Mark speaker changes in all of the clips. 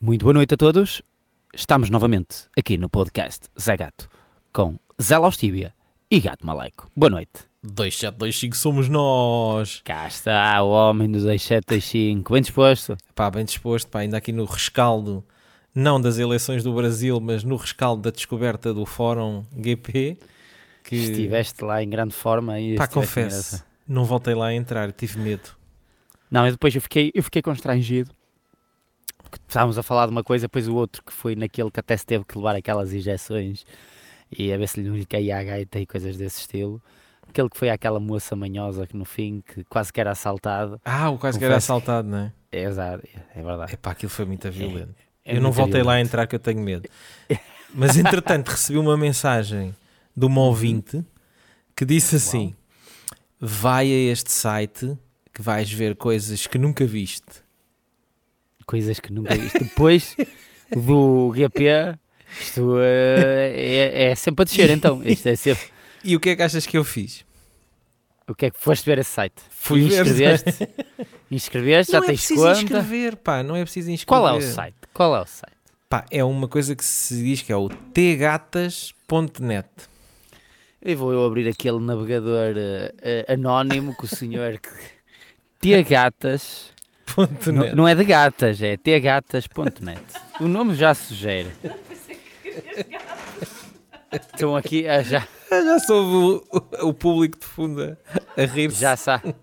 Speaker 1: Muito boa noite a todos. Estamos novamente aqui no podcast Zé Gato com Zé Laustíbia e Gato Maleco. Boa noite.
Speaker 2: 2725 somos nós.
Speaker 1: Cá está o homem dos 2725. Bem disposto?
Speaker 2: Pá, bem disposto, pá, ainda aqui no rescaldo, não das eleições do Brasil, mas no rescaldo da descoberta do Fórum GP. Que,
Speaker 1: Estiveste lá em grande forma e
Speaker 2: pá,
Speaker 1: estiveste
Speaker 2: confesso,
Speaker 1: engraçado.
Speaker 2: não voltei lá a entrar, tive medo.
Speaker 1: Não, eu depois eu fiquei, eu fiquei constrangido. Porque estávamos a falar de uma coisa, depois o outro que foi naquele que até se teve que levar aquelas injeções e a ver se lhe não lhe caía a gaita e coisas desse estilo. Aquele que foi aquela moça manhosa que no fim que quase que era assaltado.
Speaker 2: Ah, o quase que era
Speaker 1: Confesso que-
Speaker 2: assaltado, não é?
Speaker 1: É, exato, é verdade.
Speaker 2: Epá, aquilo foi muito violento.
Speaker 1: É
Speaker 2: eu não
Speaker 1: muito
Speaker 2: voltei lá a
Speaker 1: violento.
Speaker 2: entrar que eu tenho medo. Mas entretanto recebi uma mensagem de uma
Speaker 1: Uhum.
Speaker 2: ouvinte que disse assim: vai a este site que vais ver coisas que nunca viste.
Speaker 1: Coisas que nunca viste. Depois do GP, isto eh, é, é sempre a descer, então. Isto é sempre.
Speaker 2: E o que é que achas que eu fiz?
Speaker 1: O que é que foste ver esse site?
Speaker 2: Fui ver.
Speaker 1: Inscreveste? Inscreveste? Já
Speaker 2: não é
Speaker 1: tens
Speaker 2: preciso
Speaker 1: conta?
Speaker 2: inscrever, pá, não é preciso inscrever.
Speaker 1: Qual é o site? Qual é o site?
Speaker 2: Pá, é uma coisa que se diz que é o tgatas.net.
Speaker 1: Eu vou eu abrir aquele navegador eh, eh, anónimo com o senhor que. Tia Gatas.
Speaker 2: Ponto
Speaker 1: Não,
Speaker 2: net.
Speaker 1: não é de gatas, é tgatas.net. O nome já sugere. Estão aqui, ah, já,
Speaker 2: Já soube o, o público de funda a rir-se.
Speaker 1: já sabe.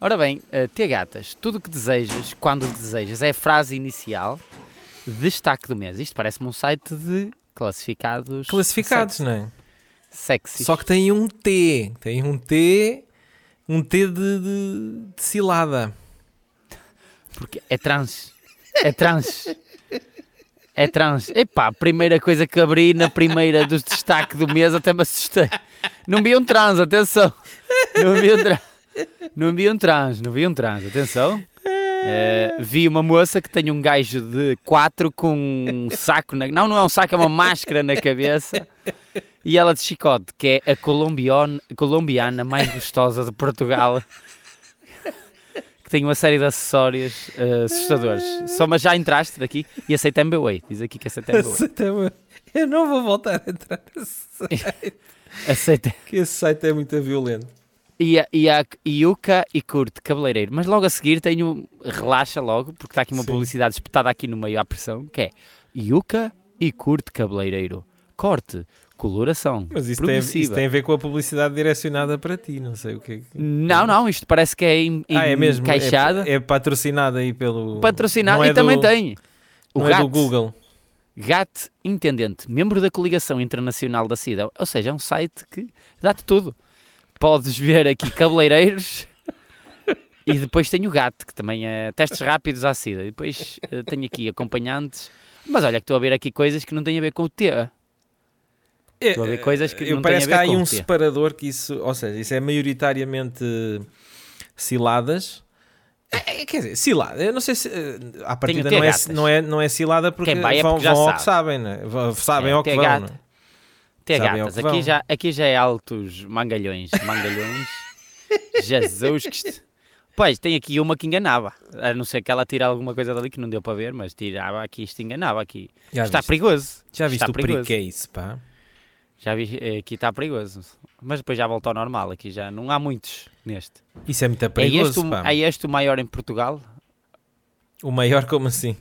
Speaker 1: Ora bem, eh, tgatas, tudo o que desejas, quando desejas, é a frase inicial, destaque do mês. Isto parece-me um site de classificados.
Speaker 2: Classificados, não é?
Speaker 1: Sexy.
Speaker 2: Só que tem um T. Tem um T. Um T de, de- de cilada.
Speaker 1: Porque é trans. É trans. É trans. Epá, a primeira coisa que abri na primeira dos destaque do mês até me assustei. Não vi um trans, atenção. Não vi um trans. Não vi um trans, não vi um trans, atenção. Eh, vi uma moça que tem um gajo de 4 com um saco na... Não, não é um saco, é uma máscara na cabeça. E ela de chicote, que é a colombion- colombiana mais gostosa de Portugal que tem uma série de acessórios eh, assustadores. Só, mas já entraste daqui e aceita MBWay. Diz aqui que aceita MBWay.
Speaker 2: é Eu não vou voltar a entrar nesse site.
Speaker 1: Aceita.
Speaker 2: Que esse site é muito violento.
Speaker 1: E, a- e, a- e Yuka e curte cabeleireiro. Mas logo a seguir tenho. Relaxa logo, porque está aqui uma
Speaker 2: Sim.
Speaker 1: publicidade espetada aqui no meio à pressão, que é Yuka e curte cabeleireiro. Corte, coloração.
Speaker 2: Mas é- isso tem,
Speaker 1: progressiva.
Speaker 2: isso tem a ver com a publicidade direcionada para ti. Não sei o que é que.
Speaker 1: Não, não, isto parece que é, em,
Speaker 2: Ah, é mesmo. é-
Speaker 1: encaixada.
Speaker 2: É, patrocinada aí pelo.
Speaker 1: patrocinado
Speaker 2: não é
Speaker 1: e também
Speaker 2: do-
Speaker 1: tem. O
Speaker 2: Não é do
Speaker 1: gato.
Speaker 2: Google.
Speaker 1: GAT Intendente, membro da Coligação Internacional da SIDA. Ou seja, é um site que dá-te tudo. Podes ver aqui cabeleireiros e depois tenho o GAT, que também é testes rápidos à SIDA. E depois eh, tenho aqui acompanhantes. Mas olha, que estou a ver aqui coisas que não têm a ver com o T.
Speaker 2: É,
Speaker 1: Estou a ver coisas que
Speaker 2: eu-
Speaker 1: não têm
Speaker 2: parece
Speaker 1: a
Speaker 2: que há
Speaker 1: ver
Speaker 2: aí
Speaker 1: com
Speaker 2: um
Speaker 1: o quê?
Speaker 2: separador que isso, ou seja, isso é maioritariamente ciladas. É, é, quer dizer, cilada, eu não sei se eh, à partida
Speaker 1: até
Speaker 2: não é,
Speaker 1: gatas.
Speaker 2: não, é, não é cilada porque
Speaker 1: Quem vai é
Speaker 2: vão,
Speaker 1: porque já
Speaker 2: vão ao
Speaker 1: sabe.
Speaker 2: que sabem, né? Vão- sabem
Speaker 1: É,
Speaker 2: ao que
Speaker 1: até
Speaker 2: vão.
Speaker 1: gata.
Speaker 2: né?
Speaker 1: T
Speaker 2: Sabem ao
Speaker 1: gatas.
Speaker 2: que
Speaker 1: Aqui
Speaker 2: vão.
Speaker 1: já, aqui já é altos mangalhões. Mangalhões. Jesus que isto- Pois, tem aqui uma que enganava. A não ser que ela tira alguma coisa dali que não deu para ver, mas tirava aqui isto enganava aqui.
Speaker 2: Já
Speaker 1: está
Speaker 2: viste,
Speaker 1: perigoso.
Speaker 2: já viste
Speaker 1: está
Speaker 2: o
Speaker 1: perigoso.
Speaker 2: precase, pá?
Speaker 1: Já vi, eh, aqui está perigoso. Mas depois já volta ao normal, aqui já não há muitos neste.
Speaker 2: Isso é muito
Speaker 1: é, este
Speaker 2: perigoso,
Speaker 1: o,
Speaker 2: pá.
Speaker 1: é este o maior em Portugal
Speaker 2: O maior como assim?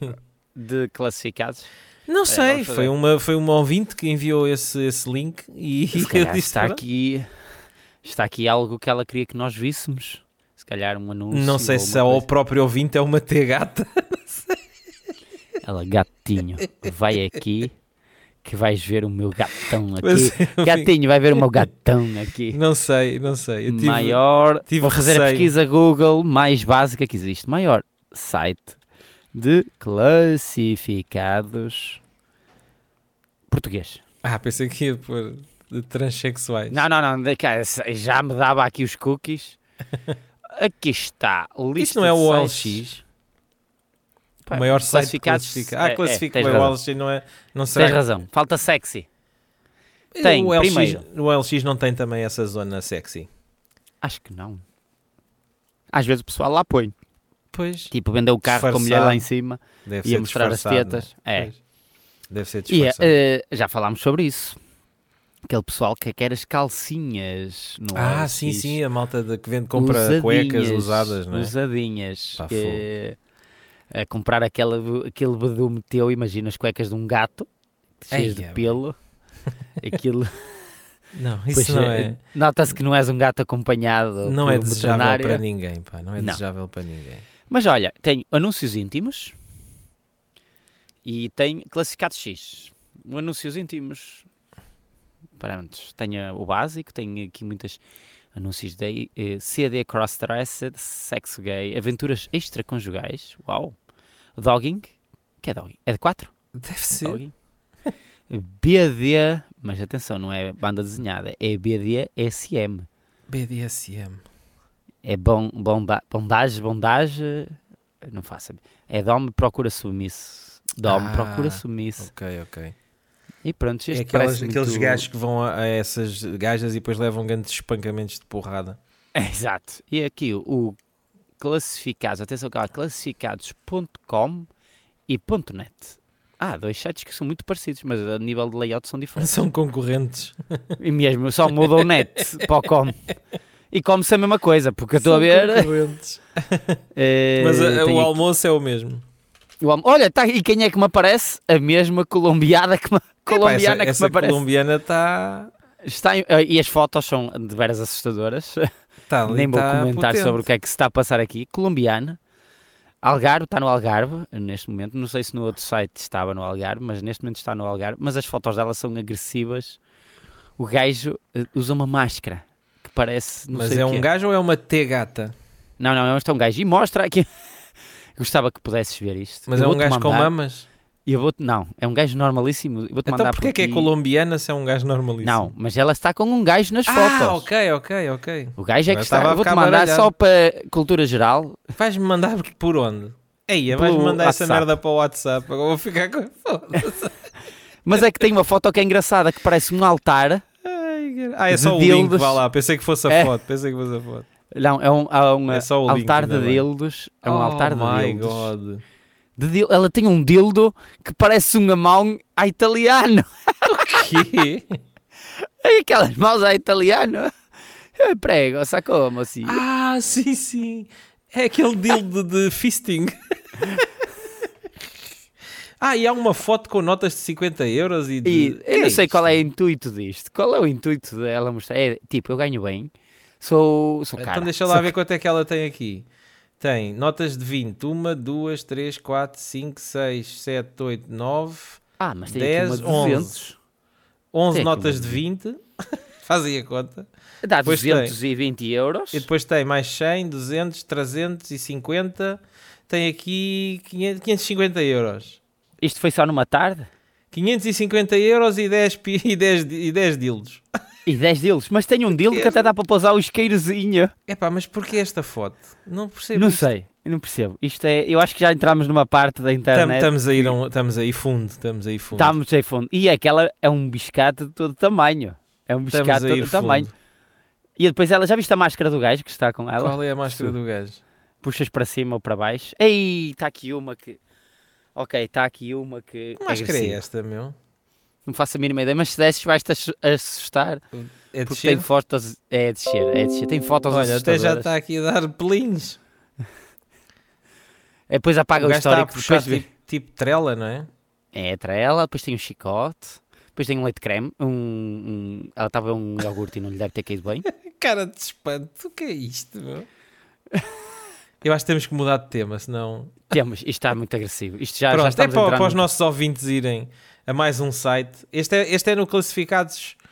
Speaker 1: de classificados?
Speaker 2: Não sei,
Speaker 1: É, vamos fazer.
Speaker 2: foi uma, foi uma ouvinte que enviou esse, esse link e
Speaker 1: Se
Speaker 2: eu
Speaker 1: calhar
Speaker 2: disse,
Speaker 1: está
Speaker 2: "Pronto."
Speaker 1: aqui, está aqui algo que ela queria que nós víssemos. Se calhar um anúncio.
Speaker 2: não sei
Speaker 1: ou
Speaker 2: se
Speaker 1: uma
Speaker 2: ao
Speaker 1: coisa.
Speaker 2: próprio ouvinte é uma T-gata.
Speaker 1: Ela, gatinho, vai aqui que vais ver o meu gatão aqui. é
Speaker 2: Mas, enfim.
Speaker 1: gatinho, vai ver o meu gatão aqui.
Speaker 2: Não sei, não sei. Eu tive-
Speaker 1: maior.
Speaker 2: tive
Speaker 1: vou fazer a
Speaker 2: receio.
Speaker 1: pesquisa Google mais básica que existe. Maior site de classificados português.
Speaker 2: Ah, pensei que ia pôr de transexuais.
Speaker 1: Não, não, não. de- cá, se- Já me dava aqui os cookies. Aqui está. Lista
Speaker 2: Isto não é
Speaker 1: de
Speaker 2: o
Speaker 1: sites.
Speaker 2: OLX,
Speaker 1: Pá,
Speaker 2: o maior site de
Speaker 1: classificados-
Speaker 2: classifica.
Speaker 1: é,
Speaker 2: Ah,
Speaker 1: é,
Speaker 2: classifica.
Speaker 1: tens
Speaker 2: mas o
Speaker 1: razão.
Speaker 2: LX não é. Não
Speaker 1: Tens
Speaker 2: será.
Speaker 1: razão. Falta sexy. Tem,
Speaker 2: o, LX,
Speaker 1: primeiro.
Speaker 2: o LX não tem também essa zona sexy.
Speaker 1: Acho que não. Às vezes o pessoal lá põe.
Speaker 2: Pois.
Speaker 1: Tipo, vendeu o carro com a mulher
Speaker 2: Disfarçado.
Speaker 1: lá em cima
Speaker 2: Deve
Speaker 1: e
Speaker 2: ser
Speaker 1: a mostrar as
Speaker 2: disfarçado, não
Speaker 1: tetas. É.
Speaker 2: Pois. Deve ser
Speaker 1: E,
Speaker 2: disfarçado.
Speaker 1: eh, já falámos sobre isso. Aquele pessoal que quer as calcinhas. Não é?
Speaker 2: ah, sim,
Speaker 1: Diz,
Speaker 2: sim, a malta de, que vende, compra cuecas usadas, não é?
Speaker 1: Usadinhas.
Speaker 2: Pá,
Speaker 1: que- eh, a comprar aquela, aquele bedume teu, imagina as cuecas de um gato, cheias
Speaker 2: Eia,
Speaker 1: de pelo. Aquilo.
Speaker 2: Não, isso
Speaker 1: Pois,
Speaker 2: não
Speaker 1: eh,
Speaker 2: é,
Speaker 1: Nota-se que não és um gato acompanhado.
Speaker 2: não
Speaker 1: por
Speaker 2: é
Speaker 1: um
Speaker 2: desejável para
Speaker 1: veterinário.
Speaker 2: ninguém, pá. Não é
Speaker 1: Não.
Speaker 2: desejável para ninguém.
Speaker 1: Mas olha, tenho anúncios íntimos e tenho classificado X. O Anúncios íntimos. Pronto, tenho o básico, tenho aqui muitas anúncios de eh, CD crossdressed, sexo gay, aventuras extraconjugais. Uau! Dogging. que é dogging? É de 4?
Speaker 2: Deve ser.
Speaker 1: Dogging. BD, mas atenção, não é banda desenhada, é BD SM.
Speaker 2: BDSM.
Speaker 1: É bom, bonda, bondage, bondage, eh, não faço. a mi- É dom procura sumiço. Dom
Speaker 2: Ah,
Speaker 1: procura sumiço.
Speaker 2: Ok, ok.
Speaker 1: E pronto, este
Speaker 2: é aquelas,
Speaker 1: parece
Speaker 2: aqueles
Speaker 1: muito...
Speaker 2: gajos que vão a, a essas gajas e depois levam grandes espancamentos de porrada.
Speaker 1: Exato. E aqui o- o classificados, atenção que há classificados.com e ponto .net. Ah, dois sites que são muito parecidos, mas a nível de layout são diferentes.
Speaker 2: São concorrentes.
Speaker 1: E mesmo, só mudou o net para o com. E come-se a mesma coisa, porque eu estou a
Speaker 2: São
Speaker 1: ver...
Speaker 2: concorrentes.
Speaker 1: eh,
Speaker 2: Mas a- a-
Speaker 1: tenho aqui-
Speaker 2: o almoço é o mesmo.
Speaker 1: Eu amo- Olha, tá, e quem é que me aparece? A mesma colombiada que me, colombiana
Speaker 2: Pá,
Speaker 1: que me
Speaker 2: essa, essa
Speaker 1: aparece.
Speaker 2: colombiana tá, está.
Speaker 1: Está em- eh, e as fotos são de veras assustadoras.
Speaker 2: Tá,
Speaker 1: Nem vou comentar
Speaker 2: potente.
Speaker 1: sobre o que é que se está a passar aqui. Colombiana, Algarve, está no Algarve neste momento. Não sei se no outro site estava no Algarve, mas neste momento está no Algarve. Mas as fotos dela são agressivas. O gajo eh, usa uma máscara que parece. Não
Speaker 2: Mas
Speaker 1: sei
Speaker 2: é
Speaker 1: o quê.
Speaker 2: um gajo ou é uma T-gata?
Speaker 1: Não, não, é um- é um gajo. E mostra aqui. Gostava que pudesses ver isto.
Speaker 2: Mas
Speaker 1: Eu
Speaker 2: é um
Speaker 1: vou-te
Speaker 2: gajo com
Speaker 1: mandar.
Speaker 2: mamas?
Speaker 1: Eu vou não, é um gajo normalíssimo. Eu Vou-te
Speaker 2: Então
Speaker 1: mandar
Speaker 2: porquê é que é
Speaker 1: aqui.
Speaker 2: colombiana se é um gajo normalista?
Speaker 1: Não, mas ela está com um gajo nas
Speaker 2: Ah,
Speaker 1: fotos.
Speaker 2: ok, ok, ok.
Speaker 1: O gajo é que
Speaker 2: Eu
Speaker 1: está.
Speaker 2: estava a
Speaker 1: Eu Vou-te
Speaker 2: ficar
Speaker 1: mandar
Speaker 2: baralhado.
Speaker 1: só para cultura geral.
Speaker 2: Vais-me mandar por onde? Ei, vais-me
Speaker 1: Pelo
Speaker 2: mandar essa
Speaker 1: WhatsApp.
Speaker 2: merda para o WhatsApp. Agora vou ficar com.
Speaker 1: Mas é que tem uma foto que é engraçada, que parece um altar.
Speaker 2: Ai, cara. Ah, é só o
Speaker 1: De
Speaker 2: link,
Speaker 1: dildos.
Speaker 2: vá lá. Pensei que fosse a
Speaker 1: É.
Speaker 2: foto. Pensei que fosse a foto.
Speaker 1: Não, é um, há um,
Speaker 2: É só o link,
Speaker 1: altar de
Speaker 2: ainda bem.
Speaker 1: dildos. É um
Speaker 2: oh
Speaker 1: altar de
Speaker 2: my
Speaker 1: dildos.
Speaker 2: God.
Speaker 1: De dil- Ela tem um dildo que parece uma mão a italiano.
Speaker 2: Que?
Speaker 1: Aquelas mãos a italiano. Eu prego, sacou, mocinho?
Speaker 2: ah, sim, sim. É aquele dildo de fisting. ah, e há uma foto com notas de 50 euros e de...
Speaker 1: E
Speaker 2: Que
Speaker 1: eu não sei
Speaker 2: isto?
Speaker 1: qual é o intuito disto. Qual é o intuito dela mostrar? É tipo, eu ganho bem, sou, sou cara.
Speaker 2: Então deixa
Speaker 1: sou-
Speaker 2: lá ver quanto é que ela tem aqui. Tem notas de 20. 1, 2, 3, 4, 5, 6, 7, 8, 9,
Speaker 1: Ah, mas tem
Speaker 2: 10,
Speaker 1: aqui uma de
Speaker 2: 11.
Speaker 1: 200. Tem
Speaker 2: 11
Speaker 1: aqui
Speaker 2: notas
Speaker 1: uma
Speaker 2: de 20. Fazem a conta.
Speaker 1: Dá
Speaker 2: Pois tem.
Speaker 1: 220 euros.
Speaker 2: E depois tem mais 100, 200, 350. Tem aqui 500, 550 euros.
Speaker 1: Isto foi só numa tarde?
Speaker 2: 550 euros e 10, pi- e 10, di- e 10 dildos.
Speaker 1: E 10 deles. Mas tem um deal que até dá para pousar o isqueirozinho.
Speaker 2: Epá, mas porquê esta foto? Não percebo.
Speaker 1: Não
Speaker 2: isto.
Speaker 1: sei, eu não percebo. Isto é, eu acho que já entramos numa parte da
Speaker 2: Tam-
Speaker 1: internet.
Speaker 2: Estamos a ir a um- estamos aí fundo, estamos aí fundo.
Speaker 1: Estamos em fundo. E aquela é um biscate de todo tamanho. É um
Speaker 2: Estamos
Speaker 1: biscate
Speaker 2: a
Speaker 1: de
Speaker 2: ir
Speaker 1: todo tamanho.
Speaker 2: fundo.
Speaker 1: E depois ela, já viste a máscara do gajo que está com ela?
Speaker 2: Qual é a máscara do gajo?
Speaker 1: Puxas para cima ou para baixo. Ei, está aqui uma que. Ok, está aqui uma que.
Speaker 2: Que máscara é
Speaker 1: agressiva.
Speaker 2: esta, meu?
Speaker 1: Não faço a mínima ideia, mas se desces vais-te assu- assustar.
Speaker 2: É de
Speaker 1: Porque
Speaker 2: cheiro?
Speaker 1: tem fotos. É de descer, é de descer. Tem fotos
Speaker 2: Olha, até já tá.
Speaker 1: assustadoras.
Speaker 2: está aqui a dar pelinhos.
Speaker 1: É, Depois
Speaker 2: O
Speaker 1: apaga o,
Speaker 2: gajo está a
Speaker 1: histórico.
Speaker 2: puxar
Speaker 1: Depois vê-
Speaker 2: tipo, tipo trela, não é?
Speaker 1: É a trela, depois tem um chicote, depois tem um leite creme, um, um- ela estava um iogurte e não lhe deve ter caído bem.
Speaker 2: Cara de espanto, o que é isto, meu? Eu acho que temos que mudar de tema, senão.
Speaker 1: Temos, isto está muito agressivo. Isto Ah, já, já
Speaker 2: Pronto, é
Speaker 1: estamos a
Speaker 2: para,
Speaker 1: entrar
Speaker 2: para os
Speaker 1: no-
Speaker 2: nossos ouvintes irem a mais um site. Este é, este é no classificadosx.com.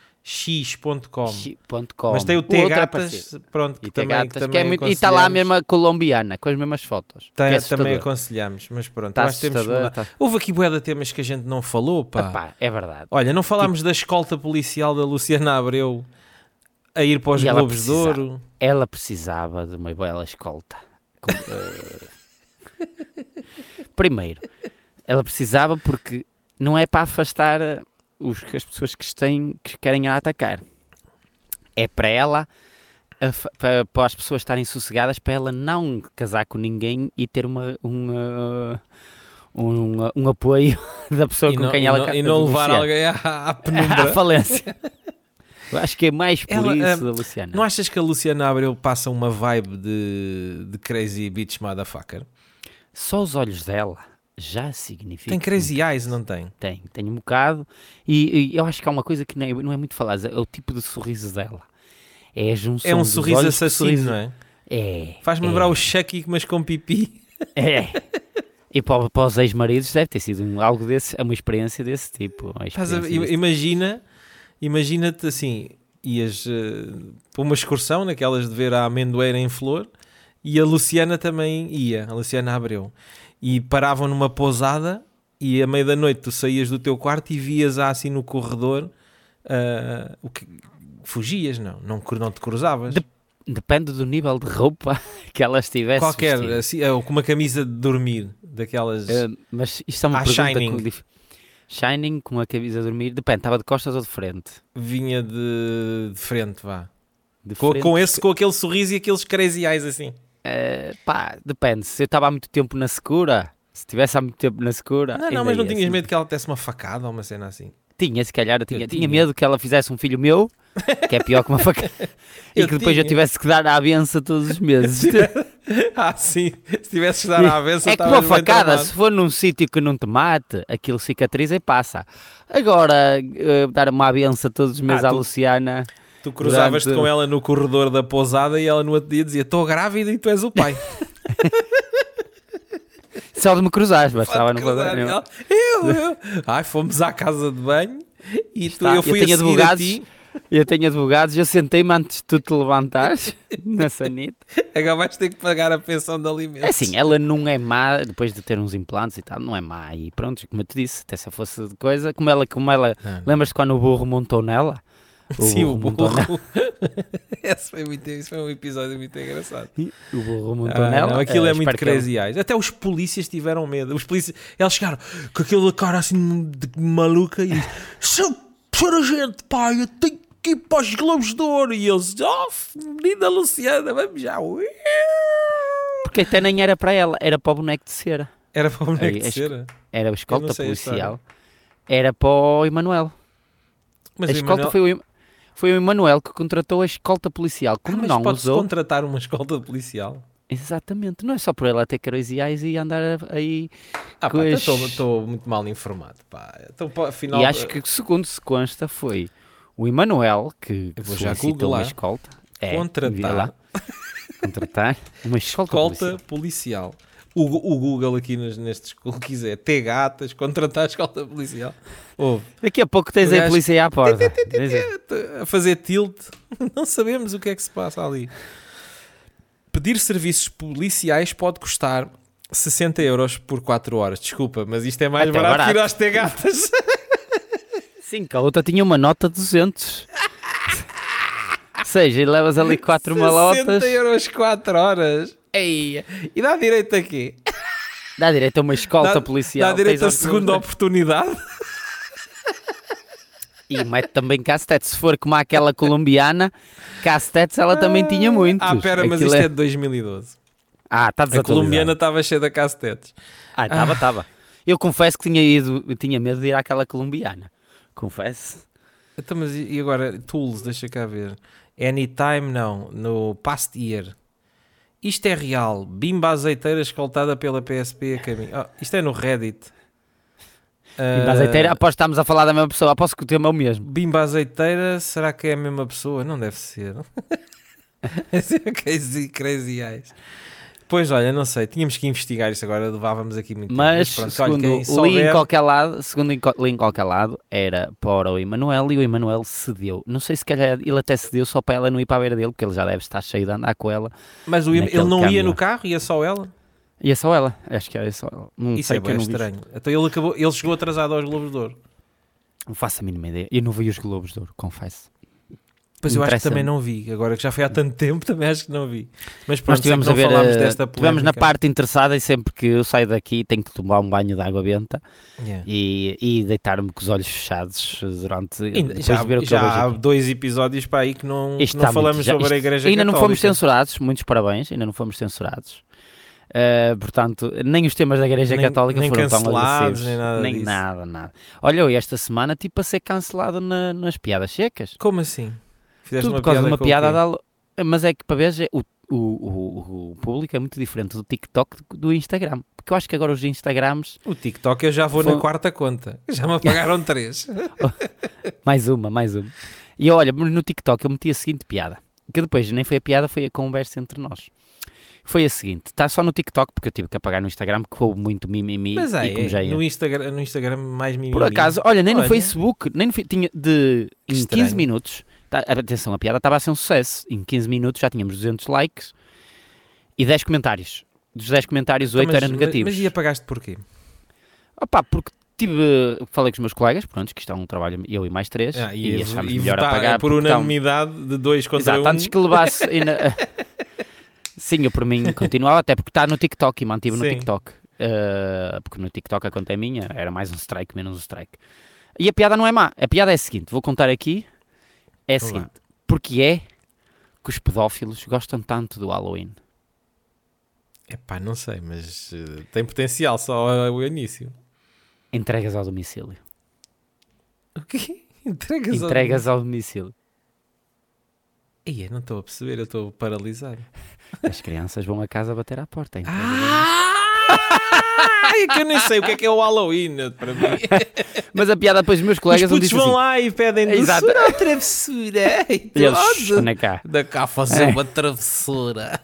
Speaker 1: Xi- ponto com.
Speaker 2: Mas tem o
Speaker 1: outro é
Speaker 2: T-Gatas,
Speaker 1: parecido.
Speaker 2: pronto, que
Speaker 1: E
Speaker 2: também,
Speaker 1: T-Gatas,
Speaker 2: que
Speaker 1: que é
Speaker 2: também
Speaker 1: muito- e está lá a
Speaker 2: aconselhamos.
Speaker 1: mesma colombiana, com as mesmas fotos. que
Speaker 2: Tem-
Speaker 1: é
Speaker 2: também
Speaker 1: assustador.
Speaker 2: aconselhamos, mas pronto,
Speaker 1: Está
Speaker 2: eu acho que temos que
Speaker 1: Tá assustador,
Speaker 2: mudar.
Speaker 1: está-
Speaker 2: Houve aqui bué de temas que a gente não falou, tá. pá.
Speaker 1: Epá, Tipo- é verdade.
Speaker 2: Olha, não falámos da escolta policial da Luciana Abreu a ir para os
Speaker 1: E ela
Speaker 2: Globos de
Speaker 1: precisava.
Speaker 2: Ouro.
Speaker 1: Ela precisava de uma bela escolta. Com- eh, Primeiro, ela precisava porque não é para afastar eh, os, as pessoas que, têm, que querem a atacar. É para ela a fa- pa- para as pessoas estarem sossegadas, para ela não casar com ninguém e ter uma, uma, um, um apoio da pessoa
Speaker 2: e
Speaker 1: com
Speaker 2: não,
Speaker 1: quem
Speaker 2: e
Speaker 1: ela eh,
Speaker 2: não-
Speaker 1: quer
Speaker 2: e não levar
Speaker 1: divorciar.
Speaker 2: alguém à, à
Speaker 1: à
Speaker 2: penumbra.
Speaker 1: falência. Eu acho que é mais por
Speaker 2: Ela, eh,
Speaker 1: isso, Luciana.
Speaker 2: não achas que a Luciana Abreu passa uma vibe de, de crazy bitch motherfucker?
Speaker 1: Só os olhos dela já significa.
Speaker 2: Tem crazy eyes, não tem?
Speaker 1: Tem, tem um bocado. E, e eu acho que há uma coisa que nem- não é muito falada, é o tipo de sorriso dela. É a junção
Speaker 2: É um
Speaker 1: dos
Speaker 2: sorriso
Speaker 1: olhos com o
Speaker 2: assassino,
Speaker 1: sorriso-
Speaker 2: não é?
Speaker 1: É.
Speaker 2: Faz-me
Speaker 1: é,
Speaker 2: lembrar o Chucky, mas com pipi.
Speaker 1: É. E para, para os ex-maridos deve ter sido um- algo desse, uma experiência desse tipo. uma
Speaker 2: Estás a-
Speaker 1: experiência
Speaker 2: im-
Speaker 1: desse-
Speaker 2: imagina, imagina-te assim, ias eh, para uma excursão naquelas de ver a amendoeira em flor e a Luciana também ia, a Luciana Abreu. E paravam numa pousada e à meia da noite tu saías do teu quarto e vias a assim no corredor ah, o que fugias, não, não, cru- não te cruzavas.
Speaker 1: De- Depende do nível de roupa que ela estivesse
Speaker 2: Qualquer,
Speaker 1: vestida.
Speaker 2: assim, ou com uma camisa de dormir, daquelas...
Speaker 1: Eh, mas isto é uma
Speaker 2: Ah,
Speaker 1: pergunta
Speaker 2: Shining.
Speaker 1: com dif- Shining com a camisa a dormir, depende, estava de costas ou de frente?
Speaker 2: vinha de, de frente, vá.
Speaker 1: De
Speaker 2: Com,
Speaker 1: frente,
Speaker 2: com esse, com aquele sorriso e aqueles crazy eyes assim.
Speaker 1: eh, pá, depende. Se eu estava há muito tempo na secura, se estivesse há muito tempo na secura.
Speaker 2: Não,
Speaker 1: ainda
Speaker 2: não, mas não
Speaker 1: ia,
Speaker 2: tinhas
Speaker 1: assim.
Speaker 2: medo que ela te desse uma facada ou uma cena assim.
Speaker 1: Tinha, se calhar, eu tinha,
Speaker 2: Eu
Speaker 1: tinha.
Speaker 2: tinha.
Speaker 1: medo que ela fizesse um filho meu, que é pior que uma faca, e
Speaker 2: Eu
Speaker 1: que depois eu
Speaker 2: tinha.
Speaker 1: tivesse que dar à benção todos os meses.
Speaker 2: ah, sim. Se tivesses de dar à avessa,
Speaker 1: É que uma facada, se for num sítio que não te mate, aquilo cicatriza e passa. Agora, eh, dar uma benção todos os meses à
Speaker 2: Ah, tu-
Speaker 1: Luciana.
Speaker 2: Tu cruzavas-te
Speaker 1: Durante-
Speaker 2: com ela no corredor da pousada e ela no outro dia dizia: Estou grávida e tu és o pai.
Speaker 1: Só de me cruzar, mas estava
Speaker 2: Pode
Speaker 1: no
Speaker 2: cruzar.
Speaker 1: problema.
Speaker 2: Ela, eu, eu. Ai, fomos à casa de banho e tu,
Speaker 1: Está,
Speaker 2: eu fui
Speaker 1: eu tenho
Speaker 2: a seguir a
Speaker 1: advogados,
Speaker 2: ti.
Speaker 1: eu tenho advogados, eu sentei-me antes de tu te levantares na sanita.
Speaker 2: Agora vais ter que pagar a pensão de alimentos.
Speaker 1: É assim, ela não é má, depois de ter uns implantes e tal, não é má. E pronto, como eu te disse, até se fosse de coisa, como ela, como ela,
Speaker 2: Ah, Não, não.
Speaker 1: lembras-te quando o burro montou nela?
Speaker 2: Sim, o
Speaker 1: montou nela.
Speaker 2: burro.
Speaker 1: né?
Speaker 2: Esse foi muito- Isso foi um episódio muito engraçado.
Speaker 1: O burro montou
Speaker 2: Ah,
Speaker 1: nela.
Speaker 2: não, aquilo
Speaker 1: eh,
Speaker 2: é muito
Speaker 1: espero que ela-
Speaker 2: crazy eyes. Até os polícias tiveram medo. Os polícias, eles chegaram com aquele cara assim de maluca e disse: Seu sargento, pá, eu tenho que ir para os Globos de Ouro. E eles, oh, menina Luciana, vamos já. Ui.
Speaker 1: Porque até nem era para ela, era para o boneco de cera.
Speaker 2: Era para o boneco
Speaker 1: Ei,
Speaker 2: de
Speaker 1: acho
Speaker 2: cera.
Speaker 1: Era a escolta
Speaker 2: sei a
Speaker 1: policial. Era para o Emanuel.
Speaker 2: Mas
Speaker 1: A
Speaker 2: o
Speaker 1: escolta
Speaker 2: Emanuel-
Speaker 1: foi o Em- foi o Emanuel que contratou a escolta policial.
Speaker 2: Ah,
Speaker 1: Como
Speaker 2: mas
Speaker 1: não
Speaker 2: pode-se
Speaker 1: usou.
Speaker 2: contratar uma escolta policial.
Speaker 1: Exatamente. Não é só por ela ter caraziais e andar aí.
Speaker 2: Ah,
Speaker 1: Com
Speaker 2: pá,
Speaker 1: as-
Speaker 2: estou estou muito mal informado. Pá. Então, pá, afinal,
Speaker 1: E acho que, segundo se consta, foi o Emanuel que
Speaker 2: Eu vou já
Speaker 1: solicitou uma
Speaker 2: googlar.
Speaker 1: escolta. É, vira
Speaker 2: contratar
Speaker 1: lá. Contratar uma escolta
Speaker 2: Escolta
Speaker 1: policial.
Speaker 2: policial. O, Gu- o Google aqui nos, nestes cookies é ter gatas, contratar escolta policial. Ouve,
Speaker 1: Daqui a pouco tens
Speaker 2: O
Speaker 1: aí a
Speaker 2: gajo-
Speaker 1: polícia aí à porta. Tens aí.
Speaker 2: t- a fazer tilt, não sabemos o que é que se passa ali. Pedir serviços policiais pode custar 60 euros por 4 horas. Desculpa, mas isto é mais
Speaker 1: Até
Speaker 2: barato, que ir
Speaker 1: barato.
Speaker 2: às ter gatas.
Speaker 1: Sim, que a outra tinha uma nota de 200. Ou seja, e levas ali quatro malotas,
Speaker 2: euros 4 horas. Ei, e dá direito a quê?
Speaker 1: dá direito a uma escolta
Speaker 2: Dá,
Speaker 1: policial.
Speaker 2: dá direito
Speaker 1: tens
Speaker 2: a
Speaker 1: aos
Speaker 2: segunda
Speaker 1: dois.
Speaker 2: oportunidade.
Speaker 1: E mete também castetes. Se for como aquela colombiana, castetes ela também tinha muito.
Speaker 2: Ah, pera, mas isto é... de 2012.
Speaker 1: Ah, está
Speaker 2: A
Speaker 1: desatualizado.
Speaker 2: colombiana estava cheia de castetes.
Speaker 1: Ah, estava, estava. Eu confesso que tinha ido, eu tinha medo de ir àquela colombiana. Confesso.
Speaker 2: Então, mas e e agora, tools, deixa cá ver. Anytime, não. No past year. Isto é real. Bimba azeiteira escoltada pela PSP a caminho. Oh, isto é no Reddit.
Speaker 1: E
Speaker 2: Ah,
Speaker 1: da azeiteira, após estarmos a falar da mesma pessoa, aposto que o tema é o mesmo.
Speaker 2: Bimba azeiteira, será que é a mesma pessoa? Não deve ser. Esse é crazy, crazy eyes. Pois olha, não sei, tínhamos que investigar isso agora, levávamos aqui muito tempo.
Speaker 1: Mas,
Speaker 2: pronto, olha,
Speaker 1: segundo
Speaker 2: quem
Speaker 1: li em
Speaker 2: souber-
Speaker 1: qualquer lado, segundo em co- li em qualquer lado, era para o Emanuel e o Emanuel cedeu. Não sei se calhar ele até cedeu só para ela não ir para a beira dele, porque ele já deve estar cheio de andar com ela.
Speaker 2: Mas o- ele
Speaker 1: naquele
Speaker 2: não ia
Speaker 1: caminho.
Speaker 2: no carro, ia só ela?
Speaker 1: E é só ela, acho que era só ela. Não
Speaker 2: Isso
Speaker 1: sei
Speaker 2: é
Speaker 1: que eu
Speaker 2: bem
Speaker 1: não vi.
Speaker 2: estranho. Então ele, acabou, ele chegou atrasado aos Globos de Ouro.
Speaker 1: Não faço a mínima ideia. Eu não vi os Globos de Ouro, confesso.
Speaker 2: Pois eu acho que
Speaker 1: Interessa-me.
Speaker 2: também não vi. Agora que já foi há tanto tempo, também acho que não vi. Mas pronto,
Speaker 1: Nós
Speaker 2: sei
Speaker 1: estivemos
Speaker 2: é
Speaker 1: a
Speaker 2: que não
Speaker 1: ver,
Speaker 2: falámos
Speaker 1: eh,
Speaker 2: desta
Speaker 1: estivemos na
Speaker 2: polémica.
Speaker 1: parte interessada e sempre que eu saio daqui tenho que tomar um banho de água benta
Speaker 2: Yeah.
Speaker 1: e, e deitar-me com os olhos fechados durante
Speaker 2: Ainda-
Speaker 1: depois
Speaker 2: já
Speaker 1: de ver o que
Speaker 2: já
Speaker 1: eu vejo
Speaker 2: há
Speaker 1: aqui.
Speaker 2: dois episódios para aí que não, que
Speaker 1: Isto
Speaker 2: não
Speaker 1: está muito-
Speaker 2: falamos
Speaker 1: já-
Speaker 2: sobre a
Speaker 1: isto-
Speaker 2: Igreja
Speaker 1: Ainda não fomos
Speaker 2: Católica.
Speaker 1: censurados, muitos parabéns, ainda não fomos censurados. Uh, portanto, nem os temas da Igreja
Speaker 2: Nem-
Speaker 1: Católica
Speaker 2: nem
Speaker 1: foram tão
Speaker 2: cancelados,
Speaker 1: agressivos.
Speaker 2: nem nada
Speaker 1: nem
Speaker 2: disso.
Speaker 1: nada, nada. Olha, eu esta semana tipo a ser cancelado na- nas piadas secas.
Speaker 2: Como assim? Fizeste
Speaker 1: Tudo por causa de uma
Speaker 2: com o
Speaker 1: piada
Speaker 2: quê?
Speaker 1: da... Lo- Mas é que para ver o, o, o, o público é muito diferente do TikTok do, do Instagram. Porque eu acho que agora os Instagrams,
Speaker 2: O TikTok eu já vou na
Speaker 1: Foi-
Speaker 2: quarta conta. Já me apagaram três.
Speaker 1: mais uma, mais uma. E olha, mas no TikTok eu meti a seguinte piada. Que depois nem foi a piada, foi a conversa entre nós. Foi a seguinte, está só no TikTok, porque eu tive que apagar no Instagram, que houve muito mimimi.
Speaker 2: Mas
Speaker 1: e como
Speaker 2: aí,
Speaker 1: já ia.
Speaker 2: no Instagram, no Instagram mais mimimi.
Speaker 1: Por acaso, olha, nem
Speaker 2: é. Olha.
Speaker 1: no Facebook, nem no, fe- tinha de
Speaker 2: Que
Speaker 1: em
Speaker 2: estranho.
Speaker 1: 15 minutos. tá- atenção, a piada estava a ser um sucesso. Em 15 minutos já tínhamos 200 likes e 10 comentários. Dos 10 comentários, 8
Speaker 2: Então, mas-
Speaker 1: eram negativos.
Speaker 2: Mas, mas e apagaste porquê?
Speaker 1: Opa, porque tive, eh, falei com os meus colegas, pronto, que isto é um trabalho, eu e mais três,
Speaker 2: Ah,
Speaker 1: e,
Speaker 2: e
Speaker 1: achámos
Speaker 2: e
Speaker 1: melhor
Speaker 2: votar
Speaker 1: apagar
Speaker 2: por
Speaker 1: porque um estão-
Speaker 2: unanimidade de dois contra
Speaker 1: Exato,
Speaker 2: um.
Speaker 1: antes que levasse. ainda- Sim, eu por mim continuava, até porque está no TikTok e mantive no
Speaker 2: Sim.
Speaker 1: TikTok. Eh, porque no TikTok a conta é minha, era mais um strike, menos um strike. E a piada não é má. A piada é a seguinte: vou contar aqui. É a
Speaker 2: Vamos lá.
Speaker 1: seguinte: porque é que os pedófilos gostam tanto do Halloween?
Speaker 2: Epá, não sei, mas eh, tem potencial só o início.
Speaker 1: Entregas ao domicílio.
Speaker 2: O quê? Entregas, ao-
Speaker 1: Entregas ao domicílio.
Speaker 2: Ei, eu não estou a perceber, eu estou paralisado.
Speaker 1: As crianças vão a casa bater à porta. entregas ao
Speaker 2: Ah! é que eu nem sei o que é que é o Halloween para mim.
Speaker 1: domicílio. Mas a piada depois os meus
Speaker 2: Ah, Os
Speaker 1: colegas me
Speaker 2: putos
Speaker 1: dizem
Speaker 2: vão
Speaker 1: assim,
Speaker 2: lá e pedem
Speaker 1: Exato.
Speaker 2: doçura ou travessura. é, E
Speaker 1: e eles, É. "Shh,
Speaker 2: todos
Speaker 1: anda cá.
Speaker 2: da cá fazer uma travessura.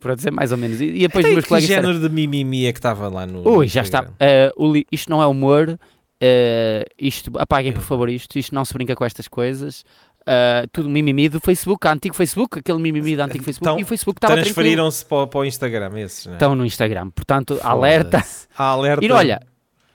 Speaker 1: Para dizer mais ou menos. E, e depois os
Speaker 2: Ei,
Speaker 1: meus
Speaker 2: que
Speaker 1: colegas disseram,
Speaker 2: género de mimimi é que estava lá no.
Speaker 1: Ui,
Speaker 2: no
Speaker 1: já está.
Speaker 2: Instagram?
Speaker 1: Eh, o li- isto não é humor. eh, isto, apaguem por favor isto. Isto não se brinca com estas coisas. Eh, tudo mimimi do Facebook, antigo Facebook, aquele mimimi do antigo Facebook.
Speaker 2: Então,
Speaker 1: e o Facebook estava tranquilo.
Speaker 2: Transferiram-se para, o- para o Instagram, esses, não é?
Speaker 1: Estão no Instagram. Portanto, alerta.
Speaker 2: Foda-se. Há alerta.
Speaker 1: E olha,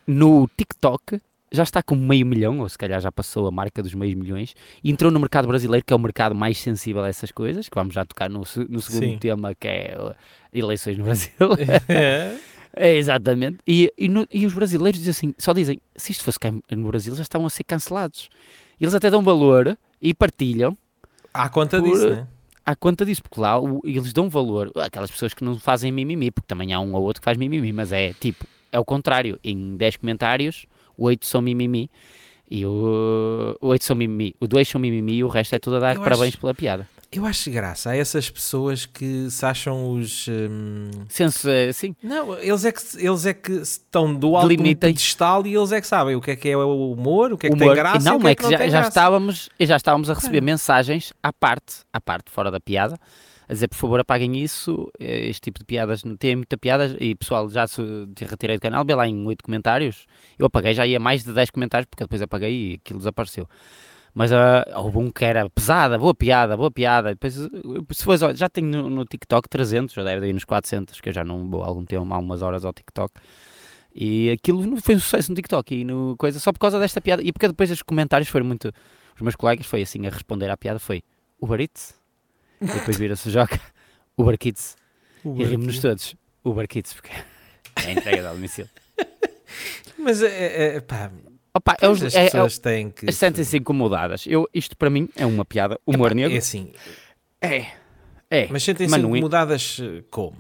Speaker 1: no TikTok já está com meio milhão, ou se calhar já passou a marca dos meios milhões, e entrou no mercado brasileiro, que é o mercado mais sensível a essas coisas, que vamos já tocar no, se- no segundo
Speaker 2: Sim.
Speaker 1: tema, que é eh, eleições no Brasil.
Speaker 2: É.
Speaker 1: É, exatamente. E, e, no- e os brasileiros dizem assim, só dizem, se isto fosse cá em- no Brasil, já estavam a ser cancelados. Eles até dão valor e partilham
Speaker 2: Há conta
Speaker 1: Por-
Speaker 2: disso, né?
Speaker 1: à conta disso, porque lá o- eles dão valor àquelas pessoas que não fazem mimimi, porque também há um ou outro que faz mimimi, mas é tipo, é o contrário. Em 10 comentários, 8 são mimimi. E o 8 são mimimi, o 2 são mimimi e o resto é tudo a dar
Speaker 2: Eu acho-
Speaker 1: parabéns pela piada.
Speaker 2: Eu acho graça a essas pessoas que se acham os. hum,
Speaker 1: Senso, eh, sim,
Speaker 2: Não, eles é, que, se- eles é que estão do alto de um
Speaker 1: Delimitem.
Speaker 2: pedestal e eles é que sabem o que é que é o humor, o que é que
Speaker 1: humor.
Speaker 2: tem graça
Speaker 1: e não,
Speaker 2: o que é, que, não
Speaker 1: já,
Speaker 2: tem
Speaker 1: já
Speaker 2: graça. É.
Speaker 1: estávamos, e já estávamos a receber mensagens à parte, à parte, fora da piada, a dizer, por favor, apaguem isso, eh, este tipo de piadas, não tem muita piada, e pessoal, já se te retirei do canal, vê lá em oito comentários, eu apaguei, já ia mais de 10 comentários, porque depois apaguei e aquilo desapareceu. Mas ah, houve um que era pesada, boa piada, boa piada. Depois, eh, se fores, olha, já tenho no, no TikTok 300, já deve ir nos 400, que eu já não vou há algum tempo, há umas horas ao TikTok. E aquilo não foi um sucesso no TikTok e no coisa, só por causa desta piada. E porque depois os comentários foram muito. Os meus colegas foi assim a responder à piada: foi o Baritz. E depois vira-se o Joca, o Barquites. E rimos-nos todos: o Barquites, porque é a entrega do domicílio.
Speaker 2: Mas é, é, pá,
Speaker 1: Opa, é, os-
Speaker 2: as
Speaker 1: é, é,
Speaker 2: pessoas têm que.
Speaker 1: sentem-se incomodadas. Eu, isto para mim é uma piada. Humor negro.
Speaker 2: É assim,
Speaker 1: É. É.
Speaker 2: mas sentem-se
Speaker 1: Mas não é-
Speaker 2: incomodadas eh, como?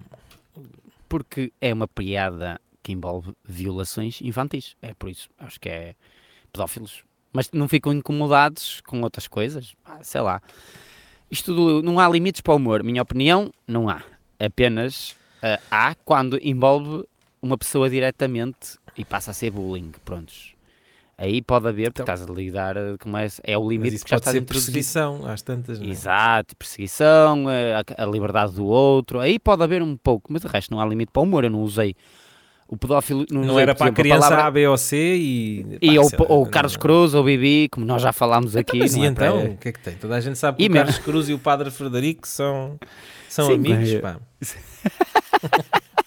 Speaker 1: Porque é uma piada que envolve violações infantis. É por isso. Acho que é pedófilos. Mas não ficam incomodados com outras coisas? Ah, sei lá. Isto do- não há limites para o humor. Minha opinião, não há. Apenas ah, há quando envolve uma pessoa diretamente e passa a ser bullying. Prontos. Aí pode haver, porque estás a lidar ah, com mais. É o
Speaker 2: Então- Mas
Speaker 1: limite
Speaker 2: isso
Speaker 1: que já
Speaker 2: pode
Speaker 1: estás
Speaker 2: ser
Speaker 1: introduzido.
Speaker 2: perseguição às tantas. não é?
Speaker 1: Exato, perseguição, eh, a, a liberdade do outro, aí pode haver um pouco, mas de resto não há limite para o humor. Eu não usei o pedófilo, não,
Speaker 2: Não
Speaker 1: usei,
Speaker 2: era
Speaker 1: é, por
Speaker 2: para a
Speaker 1: exemplo,
Speaker 2: criança
Speaker 1: palavra-
Speaker 2: A, B ou C e.
Speaker 1: e
Speaker 2: pá, é
Speaker 1: ou,
Speaker 2: sei lá,
Speaker 1: ou
Speaker 2: não-
Speaker 1: Carlos Cruz ou Bibi, como nós já falámos
Speaker 2: Então,
Speaker 1: aqui.
Speaker 2: Mas
Speaker 1: não
Speaker 2: e
Speaker 1: é para-
Speaker 2: então? O que é que tem? Toda a gente sabe que
Speaker 1: E
Speaker 2: o
Speaker 1: mesmo-
Speaker 2: Carlos Cruz e o Padre Frederico são, são
Speaker 1: Sim, é.
Speaker 2: amigos,
Speaker 1: mas-
Speaker 2: pá.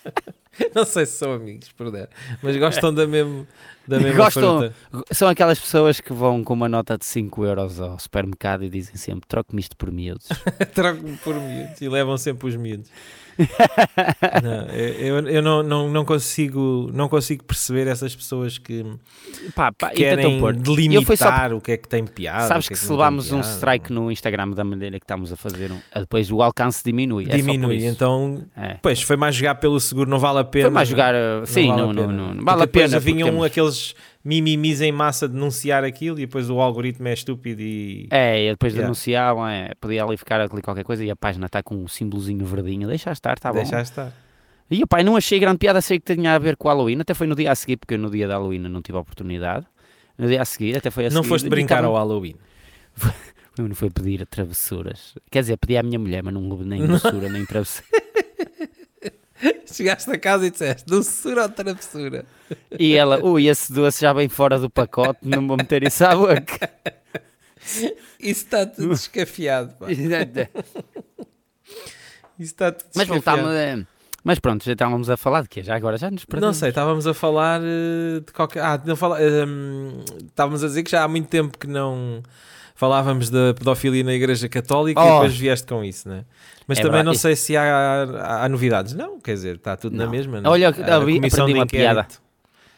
Speaker 2: Não sei se são amigos, por der, mas gostam da mesmo, da mesma
Speaker 1: Gostam-
Speaker 2: fruta.
Speaker 1: São aquelas pessoas que vão com uma nota de 5 euros ao supermercado e dizem sempre: troque-me isto por miúdos.
Speaker 2: Trago-me por miúdos e levam sempre os miúdos. não, eu eu- eu não, não, não, consigo, não consigo perceber essas pessoas que
Speaker 1: Pá, pá, e
Speaker 2: querem
Speaker 1: tentam pôr. Eu
Speaker 2: delimitar
Speaker 1: fui só-
Speaker 2: o que é que tem piada.
Speaker 1: Sabes
Speaker 2: o
Speaker 1: que,
Speaker 2: é
Speaker 1: se
Speaker 2: não tem
Speaker 1: levarmos um
Speaker 2: piada.
Speaker 1: strike no Instagram da maneira que estamos a fazer, um- depois o alcance diminui. é só por
Speaker 2: diminui,
Speaker 1: isso.
Speaker 2: então
Speaker 1: É.
Speaker 2: pois foi mais jogar pelo seguro, não vale a pena.
Speaker 1: Foi mais jogar. uh, sim, não, não, não, não vale a
Speaker 2: Porque depois um
Speaker 1: pena.
Speaker 2: vinham
Speaker 1: porque temos-
Speaker 2: aqueles mimimis em massa denunciar aquilo e depois o algoritmo é estúpido e
Speaker 1: É, e depois
Speaker 2: Yeah.
Speaker 1: denunciavam, é, podia ali ficar ali qualquer coisa e a página está com um símbolozinho verdinho, deixa estar, está tá bom. É
Speaker 2: deixar estar.
Speaker 1: E pai, não achei grande piada, achei que tinha a ver com o Halloween, até foi no dia a seguir, porque eu no dia da Halloween não tive a oportunidade. No dia a seguir, até foi a
Speaker 2: não
Speaker 1: seguir,
Speaker 2: foste
Speaker 1: assim, e
Speaker 2: brincar
Speaker 1: tava-
Speaker 2: ao Halloween.
Speaker 1: Eu não fui pedir travessuras. Quer dizer, pedi à minha mulher, mas não houve nem doçura, nem travessura.
Speaker 2: Chegaste a casa e disseste doçura ou travessura?
Speaker 1: E ela, ui, esse doce já bem fora do pacote, não vou meter isso à boca.
Speaker 2: Isso está-te descafiado, Isso está-te
Speaker 1: mas voltámos. eh, Mas pronto, já estávamos a falar de quê? Já agora já nos
Speaker 2: Não
Speaker 1: perdemos.
Speaker 2: sei, estávamos a falar eh, de qualquer. Ah, não fala... hum, estávamos a dizer que já há muito tempo que não falávamos da pedofilia na Igreja Católica e
Speaker 1: Oh.
Speaker 2: depois vieste com isso, né? Mas
Speaker 1: É
Speaker 2: também
Speaker 1: verdade.
Speaker 2: não sei se há, há- há novidades. Não, quer dizer, está tudo na
Speaker 1: Não.
Speaker 2: mesma. né?
Speaker 1: Olha,
Speaker 2: A
Speaker 1: ouvi-
Speaker 2: comissão
Speaker 1: aprendi
Speaker 2: de
Speaker 1: uma
Speaker 2: inquérito.
Speaker 1: piada.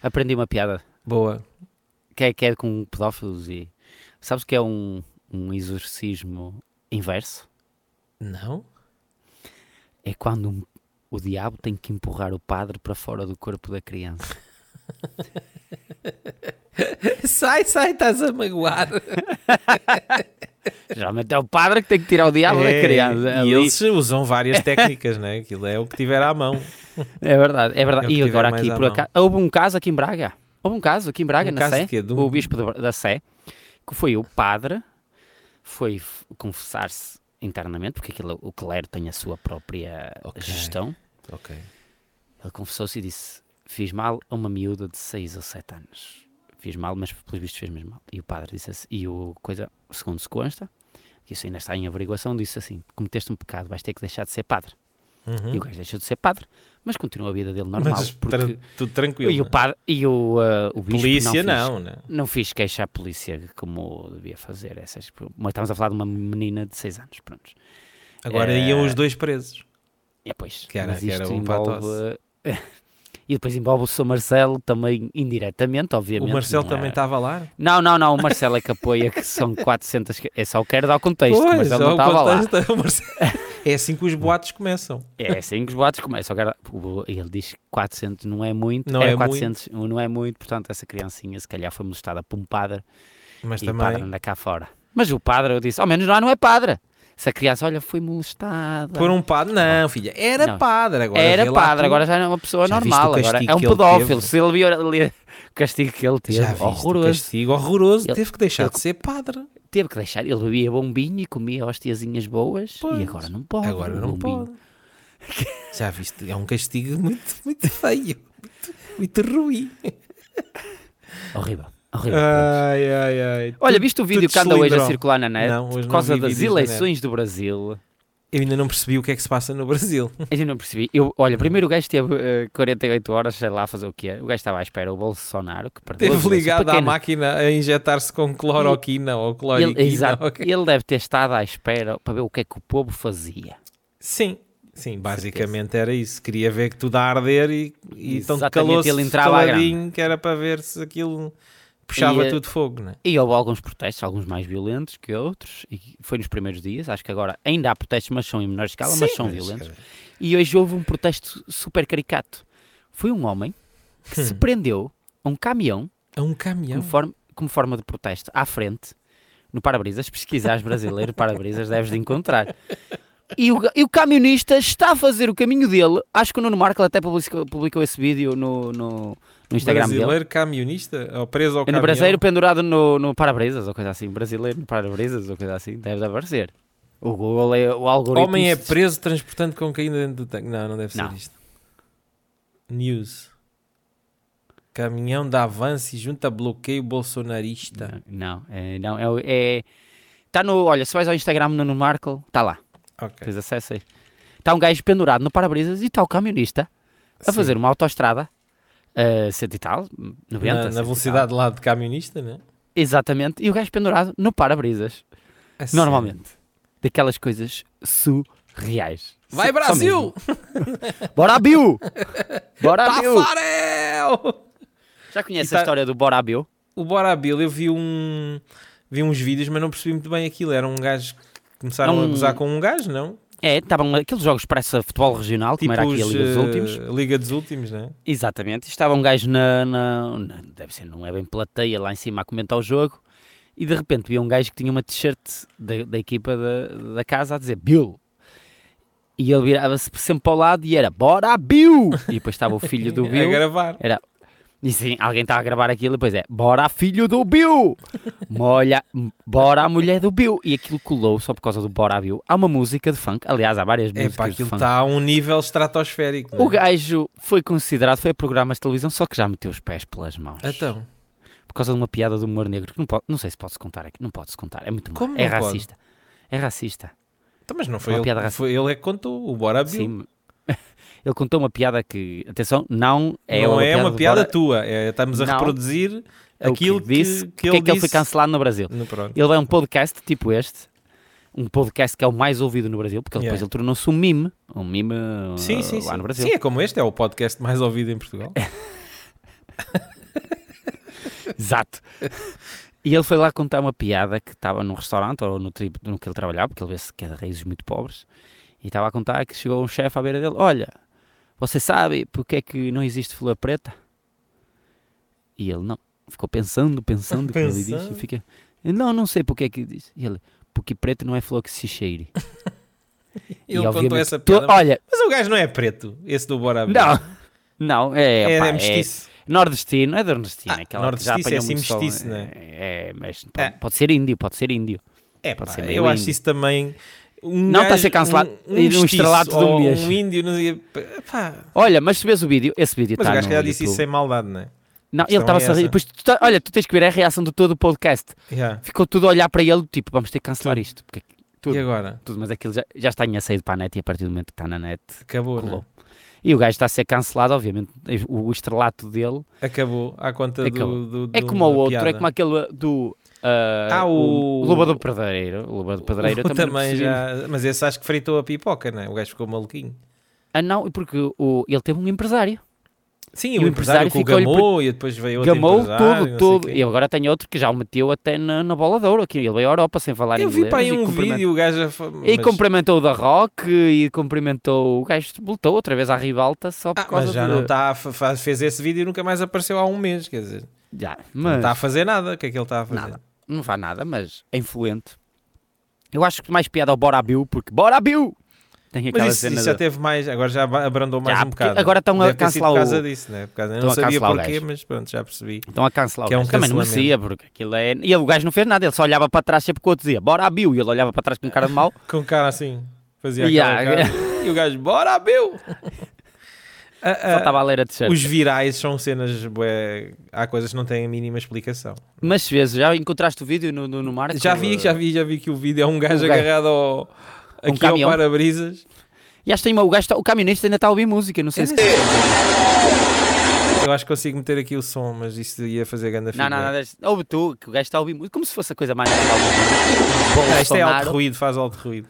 Speaker 1: Aprendi uma piada.
Speaker 2: Boa.
Speaker 1: Que é, que é com pedófilos e. Sabes o que é um, um exorcismo inverso?
Speaker 2: Não?
Speaker 1: É quando um- o diabo tem que empurrar o padre para fora do corpo da criança.
Speaker 2: Sai, sai, estás a magoar.
Speaker 1: Geralmente é o padre que tem que tirar o diabo
Speaker 2: É,
Speaker 1: da criança.
Speaker 2: e
Speaker 1: Ali-
Speaker 2: eles usam várias técnicas, né? Aquilo é o que tiver à mão.
Speaker 1: É verdade, é verdade.
Speaker 2: É o que
Speaker 1: e
Speaker 2: tiver
Speaker 1: agora
Speaker 2: mais
Speaker 1: aqui,
Speaker 2: à
Speaker 1: por
Speaker 2: mão.
Speaker 1: acaso, houve um caso aqui em Braga. Houve um caso aqui em Braga,
Speaker 2: Um
Speaker 1: na
Speaker 2: caso de
Speaker 1: Sé,
Speaker 2: quê? De um-
Speaker 1: o bispo de- da Sé, que foi o padre, foi f- confessar-se internamente, porque aquilo, o clero tem a sua própria
Speaker 2: Ok.
Speaker 1: gestão.
Speaker 2: Ok.
Speaker 1: Ele confessou-se e disse: Fiz mal a uma miúda de 6 ou 7 anos. Fiz mal, mas pelos vistos fez mesmo mal. E o padre disse assim, e o coisa, segundo se consta, que isso ainda está em averiguação, disse assim: Cometeste um pecado, vais ter que deixar de ser padre.
Speaker 2: Uhum.
Speaker 1: E o gajo deixou de ser padre, mas continua a vida dele normal.
Speaker 2: Mas
Speaker 1: porque...
Speaker 2: tra- tudo tranquilo.
Speaker 1: E o
Speaker 2: né?
Speaker 1: padre e o, ah, o bispo
Speaker 2: Polícia
Speaker 1: não. Fiz,
Speaker 2: não, né?
Speaker 1: não fiz queixa à polícia como devia fazer essas. tipo, Mas estamos a falar de uma menina de 6 anos, pronto.
Speaker 2: Agora
Speaker 1: É.
Speaker 2: iam os dois presos.
Speaker 1: É pois.
Speaker 2: Que era-
Speaker 1: mas
Speaker 2: que era
Speaker 1: isto
Speaker 2: um
Speaker 1: envolve... E depois envolve o seu Marcelo também indiretamente, obviamente.
Speaker 2: o Marcelo
Speaker 1: não é?
Speaker 2: também tá- estava lá.
Speaker 1: Não, não, não, o Marcelo é que apoia que são 400. que- É só quero dar o contexto, mas
Speaker 2: Pois,
Speaker 1: ele
Speaker 2: ó,
Speaker 1: não
Speaker 2: o
Speaker 1: estava lá.
Speaker 2: contexto é o Marcelo. É assim que os boatos começam.
Speaker 1: É assim que os boatos começam. Agora, o- ele diz que 400 não é muito,
Speaker 2: Não
Speaker 1: era
Speaker 2: é muito.
Speaker 1: 400, não é muito, portanto, essa criancinha se calhar foi mostrada por um padre
Speaker 2: Mas
Speaker 1: e o padre
Speaker 2: também
Speaker 1: anda cá fora. Mas o padre, eu disse, ao menos lá não é padre. Se a criança, olha, foi molestada.
Speaker 2: por um padre. Não, filha, era
Speaker 1: Não.
Speaker 2: padre agora. vê
Speaker 1: Era
Speaker 2: lá
Speaker 1: padre,
Speaker 2: tu.
Speaker 1: agora já é uma pessoa
Speaker 2: Já viste
Speaker 1: normal.
Speaker 2: o
Speaker 1: Agora
Speaker 2: castigo
Speaker 1: é um
Speaker 2: que ele
Speaker 1: pedófilo.
Speaker 2: teve?
Speaker 1: Se ele viu ali o castigo que ele teve,
Speaker 2: já viste, horroroso.
Speaker 1: horroroso.
Speaker 2: castigo horroroso,
Speaker 1: Ele-
Speaker 2: teve que deixar
Speaker 1: ele-
Speaker 2: de ser padre.
Speaker 1: Teve que deixar. Ele bebia bombinho e comia hostiazinhas boas
Speaker 2: Pois.
Speaker 1: e agora não pode.
Speaker 2: agora
Speaker 1: o
Speaker 2: não
Speaker 1: bombinho.
Speaker 2: pode. Já viste, é um castigo muito, muito feio, muito, muito ruim.
Speaker 1: Horrível. horrível.
Speaker 2: Ai, ai, ai.
Speaker 1: Olha, viste o vídeo
Speaker 2: tudo
Speaker 1: que anda hoje a
Speaker 2: cilindrão.
Speaker 1: circular na net
Speaker 2: Não, hoje
Speaker 1: por
Speaker 2: não
Speaker 1: causa
Speaker 2: vi
Speaker 1: das
Speaker 2: vídeos na net.
Speaker 1: eleições do Brasil?
Speaker 2: Eu ainda não percebi o que é que se passa no Brasil.
Speaker 1: Eu não percebi. Eu, olha, primeiro o gajo teve eh, 48 horas, sei lá, a fazer o quê? O gajo estava à espera, o Bolsonaro, que perdeu. as
Speaker 2: Teve
Speaker 1: eleições.
Speaker 2: ligado
Speaker 1: Para quem
Speaker 2: à
Speaker 1: não-
Speaker 2: máquina a injetar-se com cloroquina ou cloriquina.
Speaker 1: Ele, exato,
Speaker 2: ou que-
Speaker 1: ele deve ter estado à espera para ver o que é que o povo fazia.
Speaker 2: Sim, sim, basicamente era isso. Queria ver que tudo a arder e, e então
Speaker 1: Exatamente,
Speaker 2: calou-se
Speaker 1: ele entrava à
Speaker 2: caladinho, que era para ver se aquilo puxava
Speaker 1: E, eh,
Speaker 2: tudo fogo, né?
Speaker 1: E houve alguns protestos, alguns mais violentos que outros, e foi nos primeiros dias. Acho que agora ainda há protestos, mas são em menor escala, mas
Speaker 2: Sim, eh,
Speaker 1: são violentos. E hoje houve um protesto super caricato. Foi um homem que se prendeu a um caminhão
Speaker 2: Hum. É um caminhão.
Speaker 1: como forma, como forma de protesto à frente, no para-brisas. Se Pesquisares brasileiro, para-brisas, deves de encontrar. E o, ga- e o camionista está a fazer o caminho dele. Acho que o Nuno Marco até publicou, publicou esse vídeo no, no, no Instagram dele.
Speaker 2: brasileiro camionista, ou preso ao
Speaker 1: No
Speaker 2: caminhão.
Speaker 1: brasileiro pendurado no, no para-brisas ou coisa assim. Brasileiro no para-brisas ou coisa assim. Deve de aparecer. O Google é o algoritmo.
Speaker 2: Homem é preso transportando cocaína dentro do tanque. Não, não deve ser
Speaker 1: Não.
Speaker 2: isto. News. Caminhão da avance junta bloqueio bolsonarista.
Speaker 1: Não, é, não, é, o- é- tá no, olha, se vais ao Instagram no Marco, está lá,
Speaker 2: Ok.
Speaker 1: tens acesso Tá aí. Está um gajo pendurado no para-brisas e está o tá camionista a
Speaker 2: Sim.
Speaker 1: fazer uma autoestrada eh, cento e tal, 90.
Speaker 2: na,
Speaker 1: cento e
Speaker 2: na
Speaker 1: tal.
Speaker 2: velocidade lá de camionista, né?
Speaker 1: Exatamente. E o gajo pendurado no para-brisas.
Speaker 2: É
Speaker 1: Normalmente. Daquelas coisas surreais.
Speaker 2: sério. Vai
Speaker 1: Só- só
Speaker 2: Brasil!
Speaker 1: mesmo. Bora Bill!
Speaker 2: Tá
Speaker 1: Bora Bill!
Speaker 2: Tafarel!
Speaker 1: Já conhece
Speaker 2: E tá-
Speaker 1: a história do Bora Bill?
Speaker 2: O Bora Bill, eu vi um vi uns vídeos, mas não percebi muito bem aquilo. Era um gajo que começaram
Speaker 1: Não-
Speaker 2: a gozar com um gajo, não?
Speaker 1: É, estavam aqueles jogos para essa futebol regional, como era aqui a Liga dos
Speaker 2: eh,
Speaker 1: Últimos.
Speaker 2: Liga dos Últimos, né?
Speaker 1: Exatamente. E Estava um gajo na, na- na- Deve ser, não é bem plateia lá em cima a comentar o jogo. E de repente via um gajo que tinha uma t-shirt da, da equipa da, da casa a dizer Bill. E ele virava-se sempre para o lado e era Bora Bill! E depois estava o filho do
Speaker 2: A
Speaker 1: Bill.
Speaker 2: gravar.
Speaker 1: E sim, alguém está a gravar aquilo e depois é Bora filho do Bill! Molha, bora a mulher do Bill! E aquilo colou só por causa do Bora Bill. Há uma música de funk, aliás, há várias
Speaker 2: É
Speaker 1: músicas
Speaker 2: pá,
Speaker 1: de
Speaker 2: aquilo
Speaker 1: funk.
Speaker 2: está a um nível estratosférico.
Speaker 1: O
Speaker 2: não é?
Speaker 1: gajo foi considerado, foi a programas de televisão, só que já meteu os pés pelas mãos.
Speaker 2: Então,
Speaker 1: Por causa de uma piada do humor negro, que não, pode, não sei se pode-se contar aqui, não pode-se contar, é muito má.
Speaker 2: Como
Speaker 1: É
Speaker 2: não pode?
Speaker 1: racista. É racista.
Speaker 2: então, mas não foi
Speaker 1: Uma
Speaker 2: ele,
Speaker 1: piada
Speaker 2: que- foi ele é que contou o Bora Bill.
Speaker 1: Sim. Ele contou uma piada que, atenção, não é
Speaker 2: não
Speaker 1: uma
Speaker 2: é
Speaker 1: piada
Speaker 2: uma
Speaker 1: do
Speaker 2: piada
Speaker 1: Bora-
Speaker 2: tua. é- estamos a
Speaker 1: Não.
Speaker 2: reproduzir
Speaker 1: é o
Speaker 2: aquilo que,
Speaker 1: disse,
Speaker 2: que
Speaker 1: porque
Speaker 2: ele
Speaker 1: é que ele foi
Speaker 2: disse.
Speaker 1: cancelado no Brasil.
Speaker 2: No, pronto.
Speaker 1: Ele é um podcast tipo este, um podcast que é o mais ouvido no Brasil, porque depois
Speaker 2: Yeah.
Speaker 1: ele tornou-se um mime, um mime
Speaker 2: Sim,
Speaker 1: uh,
Speaker 2: sim,
Speaker 1: lá
Speaker 2: sim.
Speaker 1: no Brasil.
Speaker 2: Sim, é como este, é o podcast mais ouvido em Portugal.
Speaker 1: Exato. E ele foi lá contar uma piada que estava num restaurante ou no tribo no que ele trabalhava, porque ele vê-se que é de raízes muito pobres, e estava a contar que chegou um chefe à beira dele: Olha, você sabe porque é que não existe fila preta? E ele não. Ficou pensando, pensando, como ele diz, e
Speaker 2: Pensando.
Speaker 1: fica: Não, não sei porque é que diz. E ele: Porque preto não é flor que se cheire. E
Speaker 2: Ele contou
Speaker 1: obviamente
Speaker 2: essa
Speaker 1: to-
Speaker 2: piada.
Speaker 1: Olha,
Speaker 2: Mas o gajo não é preto, esse do Bora Bill.
Speaker 1: não, não, é,
Speaker 2: É,
Speaker 1: opá,
Speaker 2: é mestiço.
Speaker 1: nordestino, é nordestino,
Speaker 2: Ah,
Speaker 1: aquela que já
Speaker 2: nordestiço, é
Speaker 1: apanhou
Speaker 2: assim
Speaker 1: muito sol,
Speaker 2: mestiço, né?
Speaker 1: É, mas pode,
Speaker 2: É.
Speaker 1: pode ser índio, pode ser índio.
Speaker 2: É,
Speaker 1: Pode
Speaker 2: pá,
Speaker 1: ser meio
Speaker 2: eu acho
Speaker 1: índio.
Speaker 2: isso também. Um
Speaker 1: Não, tá a
Speaker 2: gajo-
Speaker 1: ser cancelado.
Speaker 2: Um,
Speaker 1: E num
Speaker 2: mestiço
Speaker 1: estrelato de um
Speaker 2: ou
Speaker 1: mês.
Speaker 2: Um índio, não sei. Pá,
Speaker 1: Olha, mas se vês o vídeo, esse vídeo
Speaker 2: Mas
Speaker 1: está
Speaker 2: o
Speaker 1: Tá no
Speaker 2: gajo que já
Speaker 1: YouTube.
Speaker 2: disse isso sem maldade, não é?
Speaker 1: Não, ele
Speaker 2: questão
Speaker 1: estava
Speaker 2: é
Speaker 1: a rir.
Speaker 2: essa.
Speaker 1: Depois, tu tá- olha, tu tens que ver a reação de todo o podcast.
Speaker 2: Yeah.
Speaker 1: Ficou tudo a olhar para ele, tipo, vamos ter que cancelar isto. Porque, tudo,
Speaker 2: E agora?
Speaker 1: tudo, mas aquilo já, já está em saído para a net e a partir do momento que está na net,
Speaker 2: Acabou,
Speaker 1: colou.
Speaker 2: não? é?
Speaker 1: E o gajo está a ser cancelado, obviamente. O, o estrelato dele
Speaker 2: Acabou. À conta do-
Speaker 1: Acabou.
Speaker 2: do, do.
Speaker 1: é como o
Speaker 2: da
Speaker 1: outro, é
Speaker 2: piada.
Speaker 1: como aquele do. ah,
Speaker 2: Ah, o-
Speaker 1: Luba do Pedreiro. O Luba do Pedreiro
Speaker 2: O-
Speaker 1: também, não percebi
Speaker 2: já. Mas esse acho que fritou a pipoca, não é? O gajo ficou maluquinho.
Speaker 1: Ah, não, porque o, ele teve um empresário.
Speaker 2: Sim,
Speaker 1: E
Speaker 2: o,
Speaker 1: o
Speaker 2: empresário,
Speaker 1: empresário
Speaker 2: com o
Speaker 1: ficou-lhe
Speaker 2: gamou e depois veio outro
Speaker 1: Gamou
Speaker 2: empresário,
Speaker 1: todo,
Speaker 2: não sei
Speaker 1: todo.
Speaker 2: quê.
Speaker 1: E agora tem outro que já o meteu até na, na bola de ouro aqui. Ele veio à Europa sem falar
Speaker 2: Eu
Speaker 1: inglês.
Speaker 2: vi para aí
Speaker 1: e
Speaker 2: um
Speaker 1: cumprimentou-
Speaker 2: vídeo, o gajo. a fa-
Speaker 1: E
Speaker 2: mas-
Speaker 1: cumprimentou o da Rock e cumprimentou o gajo, voltou outra vez à ribalta só por
Speaker 2: Ah,
Speaker 1: causa
Speaker 2: mas já
Speaker 1: de...
Speaker 2: não está. a fa- fa- Fez esse vídeo e nunca mais apareceu há um mês, quer dizer.
Speaker 1: Já,
Speaker 2: Não
Speaker 1: mas
Speaker 2: está a fazer nada. O que é que ele está a fazer?
Speaker 1: Nada. não faz nada, mas é influente. Eu acho que mais piada ao Bora Bill, porque Bora Bill! Tem aquela
Speaker 2: Mas isso,
Speaker 1: cena
Speaker 2: isso é já
Speaker 1: de-
Speaker 2: teve mais. Agora já ba- abrandou mais
Speaker 1: Já,
Speaker 2: um
Speaker 1: porque
Speaker 2: bocado.
Speaker 1: agora estão a
Speaker 2: Deve ter sido
Speaker 1: cancelar
Speaker 2: por causa
Speaker 1: o-
Speaker 2: disso, né? Por causa- eu
Speaker 1: estão
Speaker 2: não
Speaker 1: a
Speaker 2: sabia
Speaker 1: cancelar o
Speaker 2: porquê,
Speaker 1: gajo.
Speaker 2: mas pronto, já percebi.
Speaker 1: Estão Então a cancelar
Speaker 2: Que
Speaker 1: o
Speaker 2: é um
Speaker 1: gajo. Também não
Speaker 2: cancelamento.
Speaker 1: merecia, porque aquilo é... E o gajo não fez nada, ele só olhava para trás sempre que o outro dizia Bora Bill! E ele olhava para trás com um cara de mau.
Speaker 2: Com cara assim. Fazia
Speaker 1: Yeah.
Speaker 2: aquela cara. E o gajo, bora, Abel! Ah, ah,
Speaker 1: Só estava a ler a t-shirt.
Speaker 2: os virais são cenas. bué, há coisas que não têm a mínima explicação.
Speaker 1: Mas se vês, já encontraste o vídeo no, no, no Marco?
Speaker 2: Já vi, já vi, já vi que o vídeo é um gajo
Speaker 1: gajo.
Speaker 2: agarrado ao,
Speaker 1: Um
Speaker 2: aqui ao
Speaker 1: caminhão.
Speaker 2: para-brisas.
Speaker 1: E acho que tem uma- o, gajo, tá- o caminhonista ainda está a ouvir música,
Speaker 2: É
Speaker 1: não sei se...
Speaker 2: Eu acho que consigo meter aqui o som, mas isso ia fazer grande
Speaker 1: Não,
Speaker 2: figura.
Speaker 1: não, não, deixa- ouve tu, que o gajo está a ouvir música, como se fosse a coisa mais natural do mundo. Um
Speaker 2: Ah, isto é alto
Speaker 1: Bolsonaro-
Speaker 2: ruído, faz alto ruído.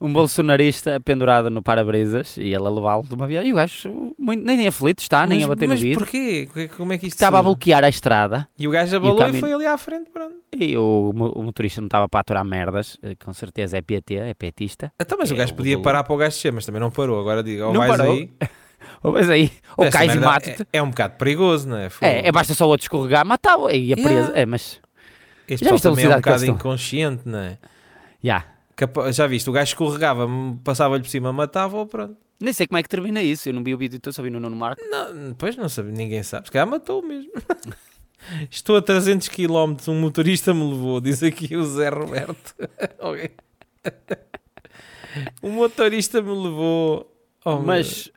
Speaker 1: Um bolsonarista pendurado no para-brisas e ele a levá-lo de uma viagem. E o gajo muito- nem aflito está, Ah, nem
Speaker 2: mas
Speaker 1: a bater
Speaker 2: mas
Speaker 1: no vidro.
Speaker 2: porquê? Co- Como é que isto
Speaker 1: Estava a
Speaker 2: surge?
Speaker 1: bloquear a estrada
Speaker 2: E o gajo abalou e,
Speaker 1: caminho-
Speaker 2: foi ali à frente, pronto.
Speaker 1: e o, mo- o motorista não estava para aturar merdas, eh, com certeza é PT, é petista.
Speaker 2: Então, mas o
Speaker 1: É,
Speaker 2: gajo
Speaker 1: o
Speaker 2: podia
Speaker 1: balão.
Speaker 2: parar para o gajo descer, mas também não parou. Agora diga, ou
Speaker 1: Não
Speaker 2: vais
Speaker 1: parou.
Speaker 2: aí...
Speaker 1: Ou vais Oh, aí, ou
Speaker 2: Esta
Speaker 1: cais e
Speaker 2: merda
Speaker 1: mata-te.
Speaker 2: É, é um bocado perigoso, não é? Fogo.
Speaker 1: É, é, basta só o outro escorregar, matava e ia
Speaker 2: Yeah.
Speaker 1: preso. É, mas,
Speaker 2: Este
Speaker 1: já
Speaker 2: pessoal
Speaker 1: viste a
Speaker 2: também é um
Speaker 1: velocidade que eles
Speaker 2: bocado
Speaker 1: estão?
Speaker 2: inconsciente, não é?
Speaker 1: já.
Speaker 2: Capa- Já viste, o gajo escorregava, m- passava-lhe por cima, matava ou pronto.
Speaker 1: Nem sei como é que termina isso, eu não vi o vídeo, estou só vi no Nuno Marco.
Speaker 2: Não, depois não sabe, ninguém sabe. Se calhar matou mesmo. Estou a 300 km, um motorista me levou, diz aqui o Zé Roberto. Ok. um motorista me levou. Oh,
Speaker 1: Mas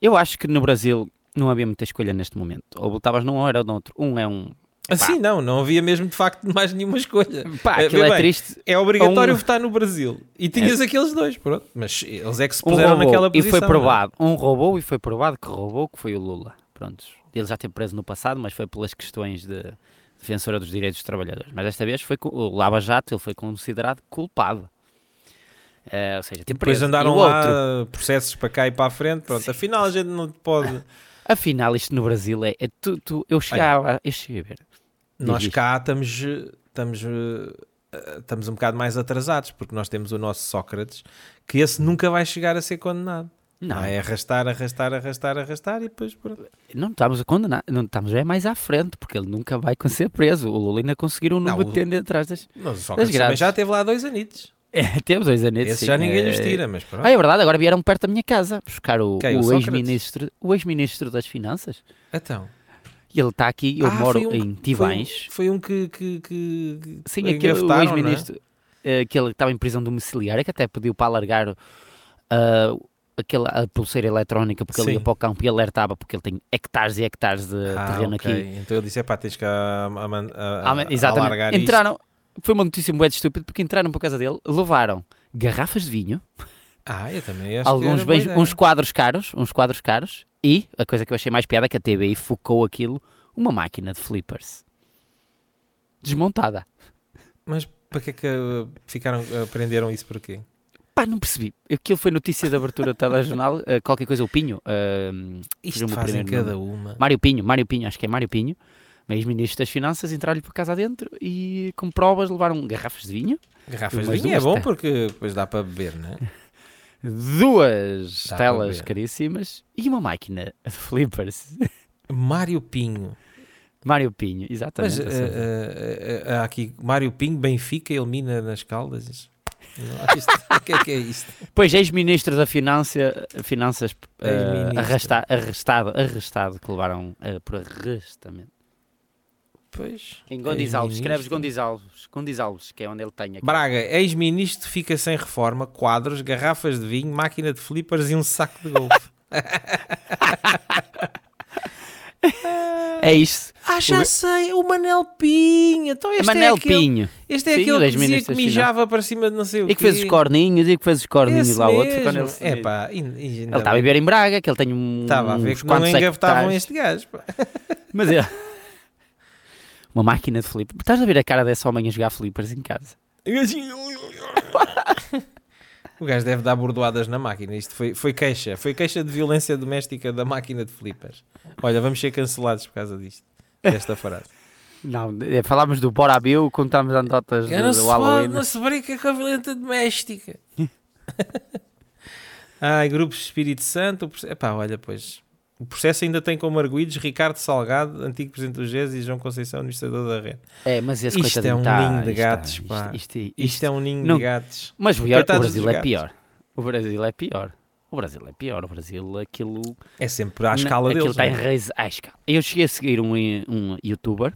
Speaker 1: eu acho que no Brasil não havia muita escolha neste momento. Ou voltavas num ou era no outro. Um é um.
Speaker 2: Assim não, não havia mesmo de facto mais nenhuma escolha.
Speaker 1: Pá,
Speaker 2: Eh,
Speaker 1: aquilo
Speaker 2: vê
Speaker 1: é
Speaker 2: bem,
Speaker 1: triste.
Speaker 2: É obrigatório
Speaker 1: Um- É.
Speaker 2: votar no Brasil. E tinhas aqueles dois, pronto. Mas eles é que se
Speaker 1: Um
Speaker 2: puseram
Speaker 1: roubou
Speaker 2: naquela
Speaker 1: e
Speaker 2: posição.
Speaker 1: foi
Speaker 2: não é?
Speaker 1: provado. Um roubou e foi provado que roubou, que foi o Lula. Prontos. ele já teve preso no passado, mas foi pelas questões de defensora dos direitos dos trabalhadores. Mas desta vez foi co- o Lava Jato, ele foi considerado culpado. Eh, ou seja, teve
Speaker 2: Depois
Speaker 1: preso.
Speaker 2: andaram
Speaker 1: e o outro,
Speaker 2: lá processos para cá e para a frente. Pronto, afinal a gente não pode.
Speaker 1: Afinal, isto no Brasil é. é tu, tu- eu chegava. Eu cheguei a ver.
Speaker 2: Nós
Speaker 1: Diz.
Speaker 2: cá estamos, eh, estamos, eh, estamos um bocado mais atrasados, porque nós temos o nosso Sócrates, que esse nunca vai chegar a ser condenado.
Speaker 1: Não,
Speaker 2: Vai arrastar, arrastar, arrastar, arrastar e depois. pronto.
Speaker 1: não estamos a condenar. Não estamos é mais à frente, porque ele nunca vai con- ser preso. O Lula ainda conseguiram
Speaker 2: Não,
Speaker 1: não
Speaker 2: o-
Speaker 1: tender atrás das.
Speaker 2: Mas o Sócrates
Speaker 1: graves.
Speaker 2: também já teve lá dois anitos.
Speaker 1: É, temos dois anetes.
Speaker 2: Esse
Speaker 1: sim,
Speaker 2: já ninguém
Speaker 1: eh,
Speaker 2: lhes tira, mas pronto.
Speaker 1: Ah, é verdade, agora vieram perto da minha casa buscar o,
Speaker 2: Quem, o
Speaker 1: o
Speaker 2: Sócrates?
Speaker 1: ex-ministro o ex-ministro das Finanças.
Speaker 2: Então.
Speaker 1: E ele está aqui, eu
Speaker 2: Ah,
Speaker 1: moro
Speaker 2: foi um
Speaker 1: em
Speaker 2: que-
Speaker 1: Tivães.
Speaker 2: Foi, um- foi um que. que, que que é?
Speaker 1: Sim, aquele o
Speaker 2: engafetaram,
Speaker 1: ex-ministro, eh, aquele que estava em prisão domiciliária, que até pediu para alargar ah, aquela a pulseira eletrónica, porque ele
Speaker 2: Sim.
Speaker 1: ia para o campo e alertava, porque ele tem hectares e hectares de
Speaker 2: não é? Ah,
Speaker 1: eh, terreno
Speaker 2: ok.
Speaker 1: aqui.
Speaker 2: Então ele disse: é pá, tens que a, a, man- a,
Speaker 1: Ah,
Speaker 2: a,
Speaker 1: mas-
Speaker 2: alargar
Speaker 1: exatamente.
Speaker 2: isto."
Speaker 1: Entraram, foi uma notícia muito estúpida, porque entraram para a casa dele, levaram garrafas de vinho,
Speaker 2: Ah, eu também acho que
Speaker 1: alguns
Speaker 2: era boa
Speaker 1: bens-
Speaker 2: ideia.
Speaker 1: uns quadros caros, uns quadros caros, e a coisa que eu achei mais piada é que a TBI focou aquilo, uma máquina de flippers desmontada.
Speaker 2: Mas para que é que uh, ficaram, uh, prenderam isso por quê?
Speaker 1: Pá, não percebi. Aquilo foi notícia da abertura do telejornal, eh, qualquer coisa, o Pinho. eh,
Speaker 2: Isto
Speaker 1: fugiu-me o
Speaker 2: fazem
Speaker 1: primeiro
Speaker 2: cada
Speaker 1: nome.
Speaker 2: uma.
Speaker 1: Mário Pinho, Mário Pinho, acho que é Mário Pinho, ex-ministro das Finanças, entraram-lhe para casa adentro e com provas levaram garrafas de vinho,
Speaker 2: Garrafas de
Speaker 1: Umas
Speaker 2: vinho é
Speaker 1: duas,
Speaker 2: bom
Speaker 1: tá.
Speaker 2: porque depois dá para beber, não é?
Speaker 1: duas
Speaker 2: Dá para
Speaker 1: telas
Speaker 2: ver.
Speaker 1: caríssimas e uma máquina de flippers.
Speaker 2: Mário Pinho.
Speaker 1: Mário Pinho, exatamente.
Speaker 2: Mas
Speaker 1: essa-
Speaker 2: uh, uh, uh, há aqui Mário Pinho, Benfica, elimina nas caldas. Não, acho isto- O que é que é isto?
Speaker 1: Pois, ex-ministro da Finança, Finanças eh,
Speaker 2: Ex-ministro.
Speaker 1: arrasta- arrestado, arrestado, que levaram eh, por arrestamento.
Speaker 2: Pois.
Speaker 1: Em Gondis Alves, escreves
Speaker 2: Ex-ministro.
Speaker 1: Gondis Alves, Gondis Alves, que é onde ele tem aqui.
Speaker 2: Braga, ex-ministro fica sem reforma, quadros, garrafas de vinho, máquina de flippers e um saco de golfe.
Speaker 1: É isso.
Speaker 2: ah, já sei, o Manel Pinho. Então este
Speaker 1: Manel
Speaker 2: é aquele,
Speaker 1: Pinho.
Speaker 2: Este é
Speaker 1: Sim,
Speaker 2: aquele
Speaker 1: das
Speaker 2: que dizia que
Speaker 1: ministras, sim, não?
Speaker 2: mijava para cima de não sei o
Speaker 1: E que fez os
Speaker 2: quê.
Speaker 1: corninhos, e que fez os corninhos
Speaker 2: Esse
Speaker 1: lá outro. Quando ele
Speaker 2: mesmo.
Speaker 1: se-
Speaker 2: É pá, e- e
Speaker 1: Ele
Speaker 2: ainda
Speaker 1: estava a
Speaker 2: bem.
Speaker 1: viver em Braga, que ele tem um.
Speaker 2: Estava a ver
Speaker 1: uns
Speaker 2: que não
Speaker 1: quantos
Speaker 2: engavetavam
Speaker 1: hectares.
Speaker 2: este gajo. pá.
Speaker 1: Mas ele. Uma máquina de flip. Estás a ver a cara desse homem a jogar flippers em casa? assim,
Speaker 2: O gajo deve dar bordoadas na máquina. Isto foi, foi queixa. Foi queixa de violência doméstica da máquina de flippers. Olha, vamos ser cancelados por causa disto. Desta frase.
Speaker 1: Não, é, falámos do Bora Bill, contámos anedotas do, do Halloween.
Speaker 2: se brinca com a violência doméstica. Ai, grupos de Espírito Santo. o proce- Epá, olha, pois. O processo ainda tem como arguídos Ricardo Salgado, antigo presidente do GES, e João Conceição, administrador da rede.
Speaker 1: É, mas esse
Speaker 2: Isto
Speaker 1: coitadinho
Speaker 2: é um
Speaker 1: tá-
Speaker 2: ninho de
Speaker 1: isto tá-
Speaker 2: gatos,
Speaker 1: isto-
Speaker 2: pá.
Speaker 1: isto- isto-
Speaker 2: Isto é um ninho
Speaker 1: não-
Speaker 2: de gatos.
Speaker 1: Mas o pior- o
Speaker 2: Coitados dos
Speaker 1: Brasil é
Speaker 2: gatos.
Speaker 1: pior. O Brasil é pior. O Brasil é pior. O Brasil, aquilo.
Speaker 2: É sempre à
Speaker 1: Na-
Speaker 2: escala
Speaker 1: aquilo tá
Speaker 2: deles.
Speaker 1: está
Speaker 2: não é?
Speaker 1: enraizado. à escala. Eu cheguei a seguir um, um youtuber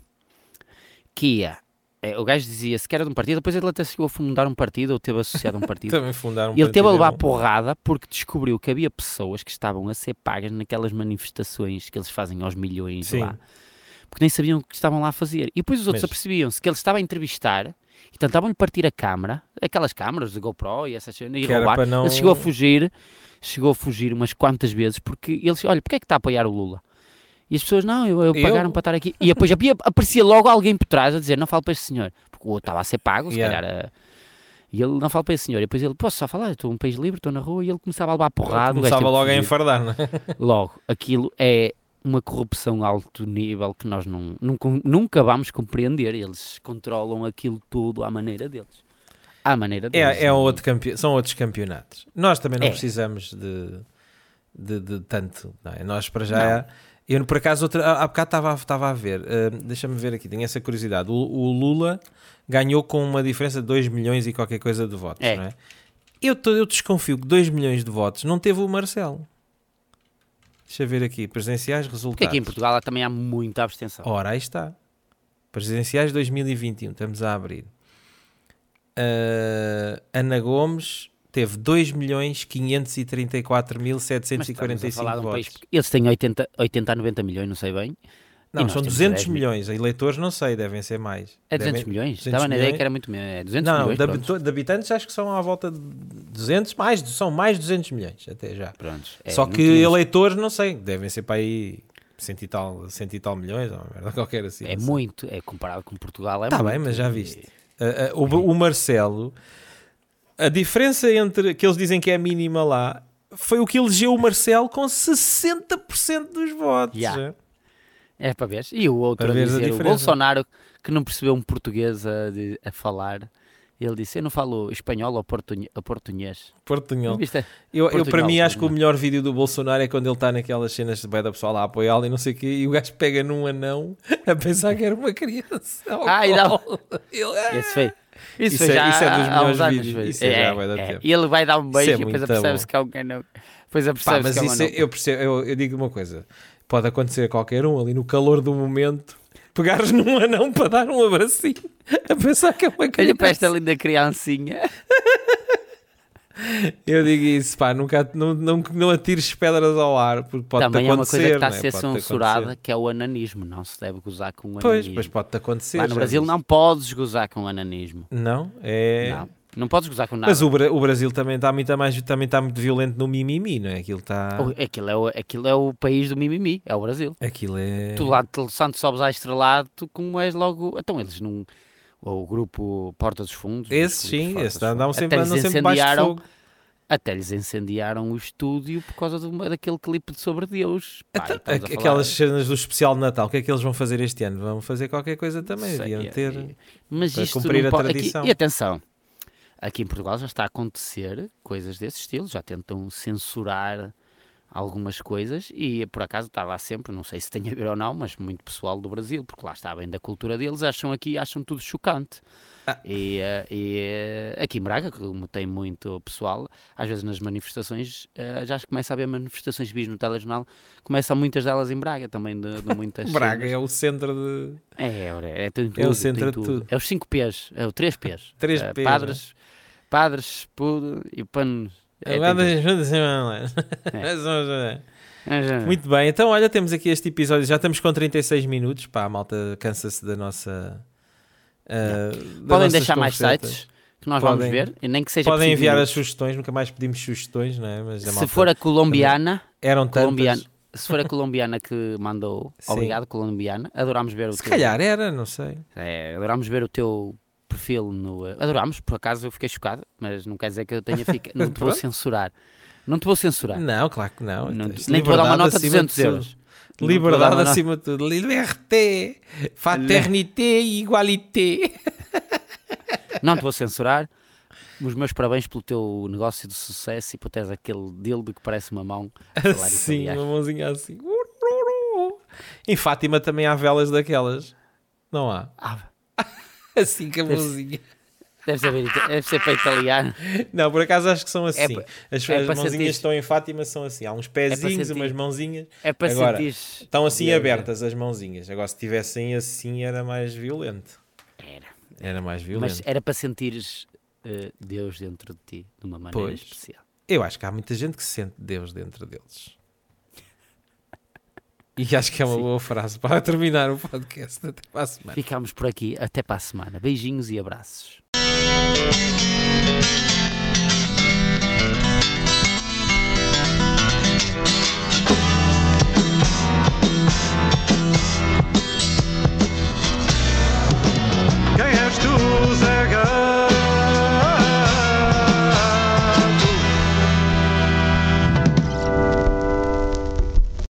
Speaker 1: que ia. é, O gajo dizia-se que era de um partido, depois ele até chegou a fundar um partido ou teve associado a um partido.
Speaker 2: Também fundaram um
Speaker 1: e ele teve a
Speaker 2: partido,
Speaker 1: levar
Speaker 2: não?
Speaker 1: porrada porque descobriu que havia pessoas que estavam a ser pagas naquelas manifestações que eles fazem aos milhões
Speaker 2: Sim.
Speaker 1: lá, porque nem sabiam o que estavam lá a fazer. E depois os outros
Speaker 2: Mas-
Speaker 1: apercebiam-se que ele estava a entrevistar e tentavam-lhe partir a câmara, aquelas câmaras de GoPro e essas cenas, e
Speaker 2: Que era
Speaker 1: roubar.
Speaker 2: para não-
Speaker 1: Ele chegou a fugir, chegou a fugir umas quantas vezes porque eles, olha, porque é que está a apoiar o Lula? E as pessoas, não, eu, eu
Speaker 2: Eu?
Speaker 1: pagaram para estar aqui. E depois havia- aparecia logo alguém por trás a dizer, não falo para este senhor. Porque o outro estava a ser pago, se
Speaker 2: Yeah.
Speaker 1: calhar. a- E ele não fala para esse senhor. E depois ele, posso só falar? Estou num país livre, estou na rua. E ele começava a levar porrada. o gajo
Speaker 2: Começava
Speaker 1: teve que
Speaker 2: logo a
Speaker 1: fugir.
Speaker 2: enfardar, não é?
Speaker 1: Logo, aquilo é uma corrupção a alto nível que nós não, nunca, nunca vamos compreender. Eles controlam aquilo tudo à maneira deles. À maneira deles.
Speaker 2: É, é outro campe... São outros campeonatos. Nós também não
Speaker 1: É.
Speaker 2: precisamos de, de, de tanto. Não é? Nós para já. Eu, por acaso, outra... há há bocado estava, a- estava a ver. ah, Deixa-me ver aqui, tenho essa curiosidade. O, o Lula ganhou com uma diferença de 2 milhões e qualquer coisa de votos,
Speaker 1: É.
Speaker 2: não é? Eu, tô- eu desconfio que 2 milhões de votos não teve o Marcelo. Deixa eu ver aqui, presenciais resultados.
Speaker 1: Porque aqui em Portugal há- também há muita abstenção.
Speaker 2: Ora, aí está. Presidenciais 2021, estamos a abrir. Ah, Ana Gomes teve
Speaker 1: Mas estamos a
Speaker 2: 2.534.745
Speaker 1: falar de
Speaker 2: votos.
Speaker 1: um país... pequ- Eles têm 80, 80 a 90 milhões, não sei bem. e
Speaker 2: Não,
Speaker 1: nós
Speaker 2: são
Speaker 1: temos
Speaker 2: 200
Speaker 1: 10 mil.
Speaker 2: milhões. Eleitores, não sei, devem ser mais.
Speaker 1: É 200
Speaker 2: Devem-
Speaker 1: milhões?
Speaker 2: 200
Speaker 1: Estava na ideia
Speaker 2: milhões.
Speaker 1: que era muito menos. É 200
Speaker 2: Não,
Speaker 1: milhões,
Speaker 2: de,
Speaker 1: pronto.
Speaker 2: habito- de habitantes acho que são à volta de 200, mais, são mais de 200 milhões até já.
Speaker 1: Prontos. É,
Speaker 2: Só
Speaker 1: não
Speaker 2: que
Speaker 1: tínhamos-
Speaker 2: eleitores, não sei, devem ser para aí cento e tal, cento e tal milhões, ou uma merda qualquer assim.
Speaker 1: É
Speaker 2: não sei.
Speaker 1: muito, é comparado com Portugal. É
Speaker 2: Tá
Speaker 1: muito.
Speaker 2: bem, mas já viste. Ah, ah, o, o Marcelo, a diferença entre que eles dizem que é mínima lá foi o que elegeu o Marcelo com 60% dos votos.
Speaker 1: Yeah.
Speaker 2: né?
Speaker 1: É para ver. E o outro
Speaker 2: Para
Speaker 1: a
Speaker 2: veres a
Speaker 1: dizer, o
Speaker 2: diferença.
Speaker 1: Bolsonaro, que não percebeu um português a, de- a falar, ele disse: Eu não falo espanhol ou portunhe- ou portunhês.
Speaker 2: Portunhol.
Speaker 1: Viste?
Speaker 2: Eu, eu, para
Speaker 1: Portugal,
Speaker 2: mim, acho que o
Speaker 1: Portugal.
Speaker 2: melhor vídeo do Bolsonaro é quando ele está naquelas cenas de bem da pessoal a apoiá-lo e não sei o quê, e o gajo pega num anão a pensar que era uma criança. ao
Speaker 1: Ah, e dá-
Speaker 2: colo. Ele, ah,
Speaker 1: Esse foi. Isso,
Speaker 2: Isso
Speaker 1: foi
Speaker 2: é-
Speaker 1: já
Speaker 2: isso é dos
Speaker 1: há
Speaker 2: melhores
Speaker 1: uns anos,
Speaker 2: vídeos.
Speaker 1: foi.
Speaker 2: Isso é já vai dar tempo.
Speaker 1: E ele vai dar um
Speaker 2: Isso é
Speaker 1: beijo e depois
Speaker 2: muito
Speaker 1: apercebe-se que é um canão. Depois
Speaker 2: Pá,
Speaker 1: apercebe-se
Speaker 2: mas
Speaker 1: que é um
Speaker 2: isso é-
Speaker 1: anão.
Speaker 2: eu percebo, eu, eu digo uma coisa: pode acontecer a qualquer um ali no calor do momento, pegares num anão para dar um abracinho a pensar que é uma
Speaker 1: Olha para esta
Speaker 2: criança.
Speaker 1: linda criancinha.
Speaker 2: Eu digo isso, pá, nunca, não, não, não atires pedras ao ar, porque pode
Speaker 1: Também é uma
Speaker 2: acontecer.
Speaker 1: coisa que está a
Speaker 2: não é?
Speaker 1: ser
Speaker 2: Pode-te
Speaker 1: censurada,
Speaker 2: acontecer.
Speaker 1: que é o ananismo. Não se deve gozar com o
Speaker 2: Pois,
Speaker 1: ananismo.
Speaker 2: mas pode-te acontecer.
Speaker 1: Lá no
Speaker 2: já
Speaker 1: Brasil
Speaker 2: viste?
Speaker 1: não podes gozar com ananismo.
Speaker 2: Não, é.
Speaker 1: Não. Não podes gozar com nada.
Speaker 2: Mas o, Bra- o Brasil também está muito, mais, também está muito violento no mimimi, não é? Aquilo está.
Speaker 1: O- Aquilo é, o, aquilo é o país do mimimi, é o Brasil.
Speaker 2: Aquilo é.
Speaker 1: Tu lá de Santo sobes à estrelada, tu como és logo. Então eles não. O grupo Porta dos Fundos.
Speaker 2: Esse
Speaker 1: os grupos
Speaker 2: sim,
Speaker 1: Porta
Speaker 2: esse
Speaker 1: dos Fundos,
Speaker 2: andam sempre,
Speaker 1: até
Speaker 2: andam
Speaker 1: lhes
Speaker 2: sempre baixo de
Speaker 1: incendiaram-
Speaker 2: fogo.
Speaker 1: Até lhes incendiaram o estúdio por causa do, daquele clipe de Sobre Deus. Pá, e
Speaker 2: A-
Speaker 1: estamos a falar-
Speaker 2: Então, Aquelas cenas do especial de Natal, o que é que eles vão fazer este ano? Vão fazer qualquer coisa também,
Speaker 1: Sei,
Speaker 2: deviam
Speaker 1: é,
Speaker 2: ter.
Speaker 1: é. Mas
Speaker 2: para
Speaker 1: isto
Speaker 2: cumprir
Speaker 1: não
Speaker 2: a
Speaker 1: pode- aqui-
Speaker 2: tradição.
Speaker 1: e atenção, aqui em Portugal já está a acontecer coisas desse estilo, já tentam censurar algumas coisas e por acaso está lá sempre, não sei se tem a ver ou não, mas muito pessoal do Brasil, porque lá está bem da cultura deles, acham aqui, acham tudo chocante.
Speaker 2: Ah.
Speaker 1: E, eh, e, eh, aqui em Braga, como tem muito pessoal, às vezes nas manifestações, eh, já começa a haver manifestações bis no telejornal, começam muitas delas em Braga também, de, de muitas
Speaker 2: Braga
Speaker 1: cenas.
Speaker 2: é o centro de.
Speaker 1: É, ora, é tudo,
Speaker 2: É o
Speaker 1: tudo,
Speaker 2: centro
Speaker 1: tem
Speaker 2: de tudo.
Speaker 1: É os 5 P's, é o 3 P's.
Speaker 2: Três
Speaker 1: Eh,
Speaker 2: P's, né?
Speaker 1: Padres, padres, pudo e panos. É, tem tudo. É. Ah, já.
Speaker 2: Muito bem, então olha, temos aqui este episódio. Já estamos com 36 minutos. Pá, a malta cansa-se da nossa. ah, da
Speaker 1: Podem
Speaker 2: nossas
Speaker 1: deixar mais
Speaker 2: conversetas.
Speaker 1: sites que nós
Speaker 2: Podem-
Speaker 1: vamos ver, e nem que seja por
Speaker 2: Podem
Speaker 1: cinco
Speaker 2: enviar as
Speaker 1: minutos.
Speaker 2: sugestões, nunca mais pedimos sugestões, não é? Mas a
Speaker 1: Se
Speaker 2: malta-
Speaker 1: for a colombiana,
Speaker 2: eram
Speaker 1: colombiana
Speaker 2: tantas.
Speaker 1: se for a colombiana que mandou,
Speaker 2: Sim.
Speaker 1: obrigado colombiana, adorámos ver o
Speaker 2: Se
Speaker 1: teu,
Speaker 2: calhar era, não sei.
Speaker 1: é, adorámos ver o teu perfil no, eh, adorámos, por acaso eu fiquei chocado, mas não quer dizer que eu tenha ficado, não te vou
Speaker 2: Pronto.
Speaker 1: censurar, não te vou censurar.
Speaker 2: Não, claro que não.
Speaker 1: Tá. Não-
Speaker 2: Isto
Speaker 1: nem te vou dar uma
Speaker 2: liberdade
Speaker 1: nota de
Speaker 2: acima
Speaker 1: 200
Speaker 2: tudo.
Speaker 1: euros. Não te vou dar
Speaker 2: Liberdade
Speaker 1: uma nota-
Speaker 2: acima de tudo. Liberté, fraternité e igualité.
Speaker 1: Não te vou censurar. Os meus parabéns pelo teu negócio de sucesso e por teres aquele dildo que parece uma mão. a falar
Speaker 2: Assim,
Speaker 1: italiano.
Speaker 2: uma mãozinha assim. Em Fátima também há velas daquelas. Não há.
Speaker 1: Ah,
Speaker 2: Assim com a mãozinha.
Speaker 1: deve, saber ita- deve ser para italiano.
Speaker 2: Não, por acaso acho que são assim.
Speaker 1: pa-
Speaker 2: as
Speaker 1: é
Speaker 2: as
Speaker 1: para
Speaker 2: mãozinhas
Speaker 1: sentir. É
Speaker 2: que estão em Fátima são assim. Há uns pezinhos,
Speaker 1: sentir.
Speaker 2: umas mãozinhas.
Speaker 1: É para
Speaker 2: Agora,
Speaker 1: sentir.
Speaker 2: Estão assim abertas as mãozinhas. Agora, se tivessem assim, era mais violento.
Speaker 1: Era.
Speaker 2: Era mais violento.
Speaker 1: Mas era para sentires eh, Deus dentro de ti de uma maneira
Speaker 2: Pois.
Speaker 1: especial.
Speaker 2: Eu acho que há muita gente que sente Deus dentro deles. E acho que é uma boa frase para terminar o podcast até para a semana.
Speaker 1: Ficámos por aqui. Até para a semana. Beijinhos e abraços.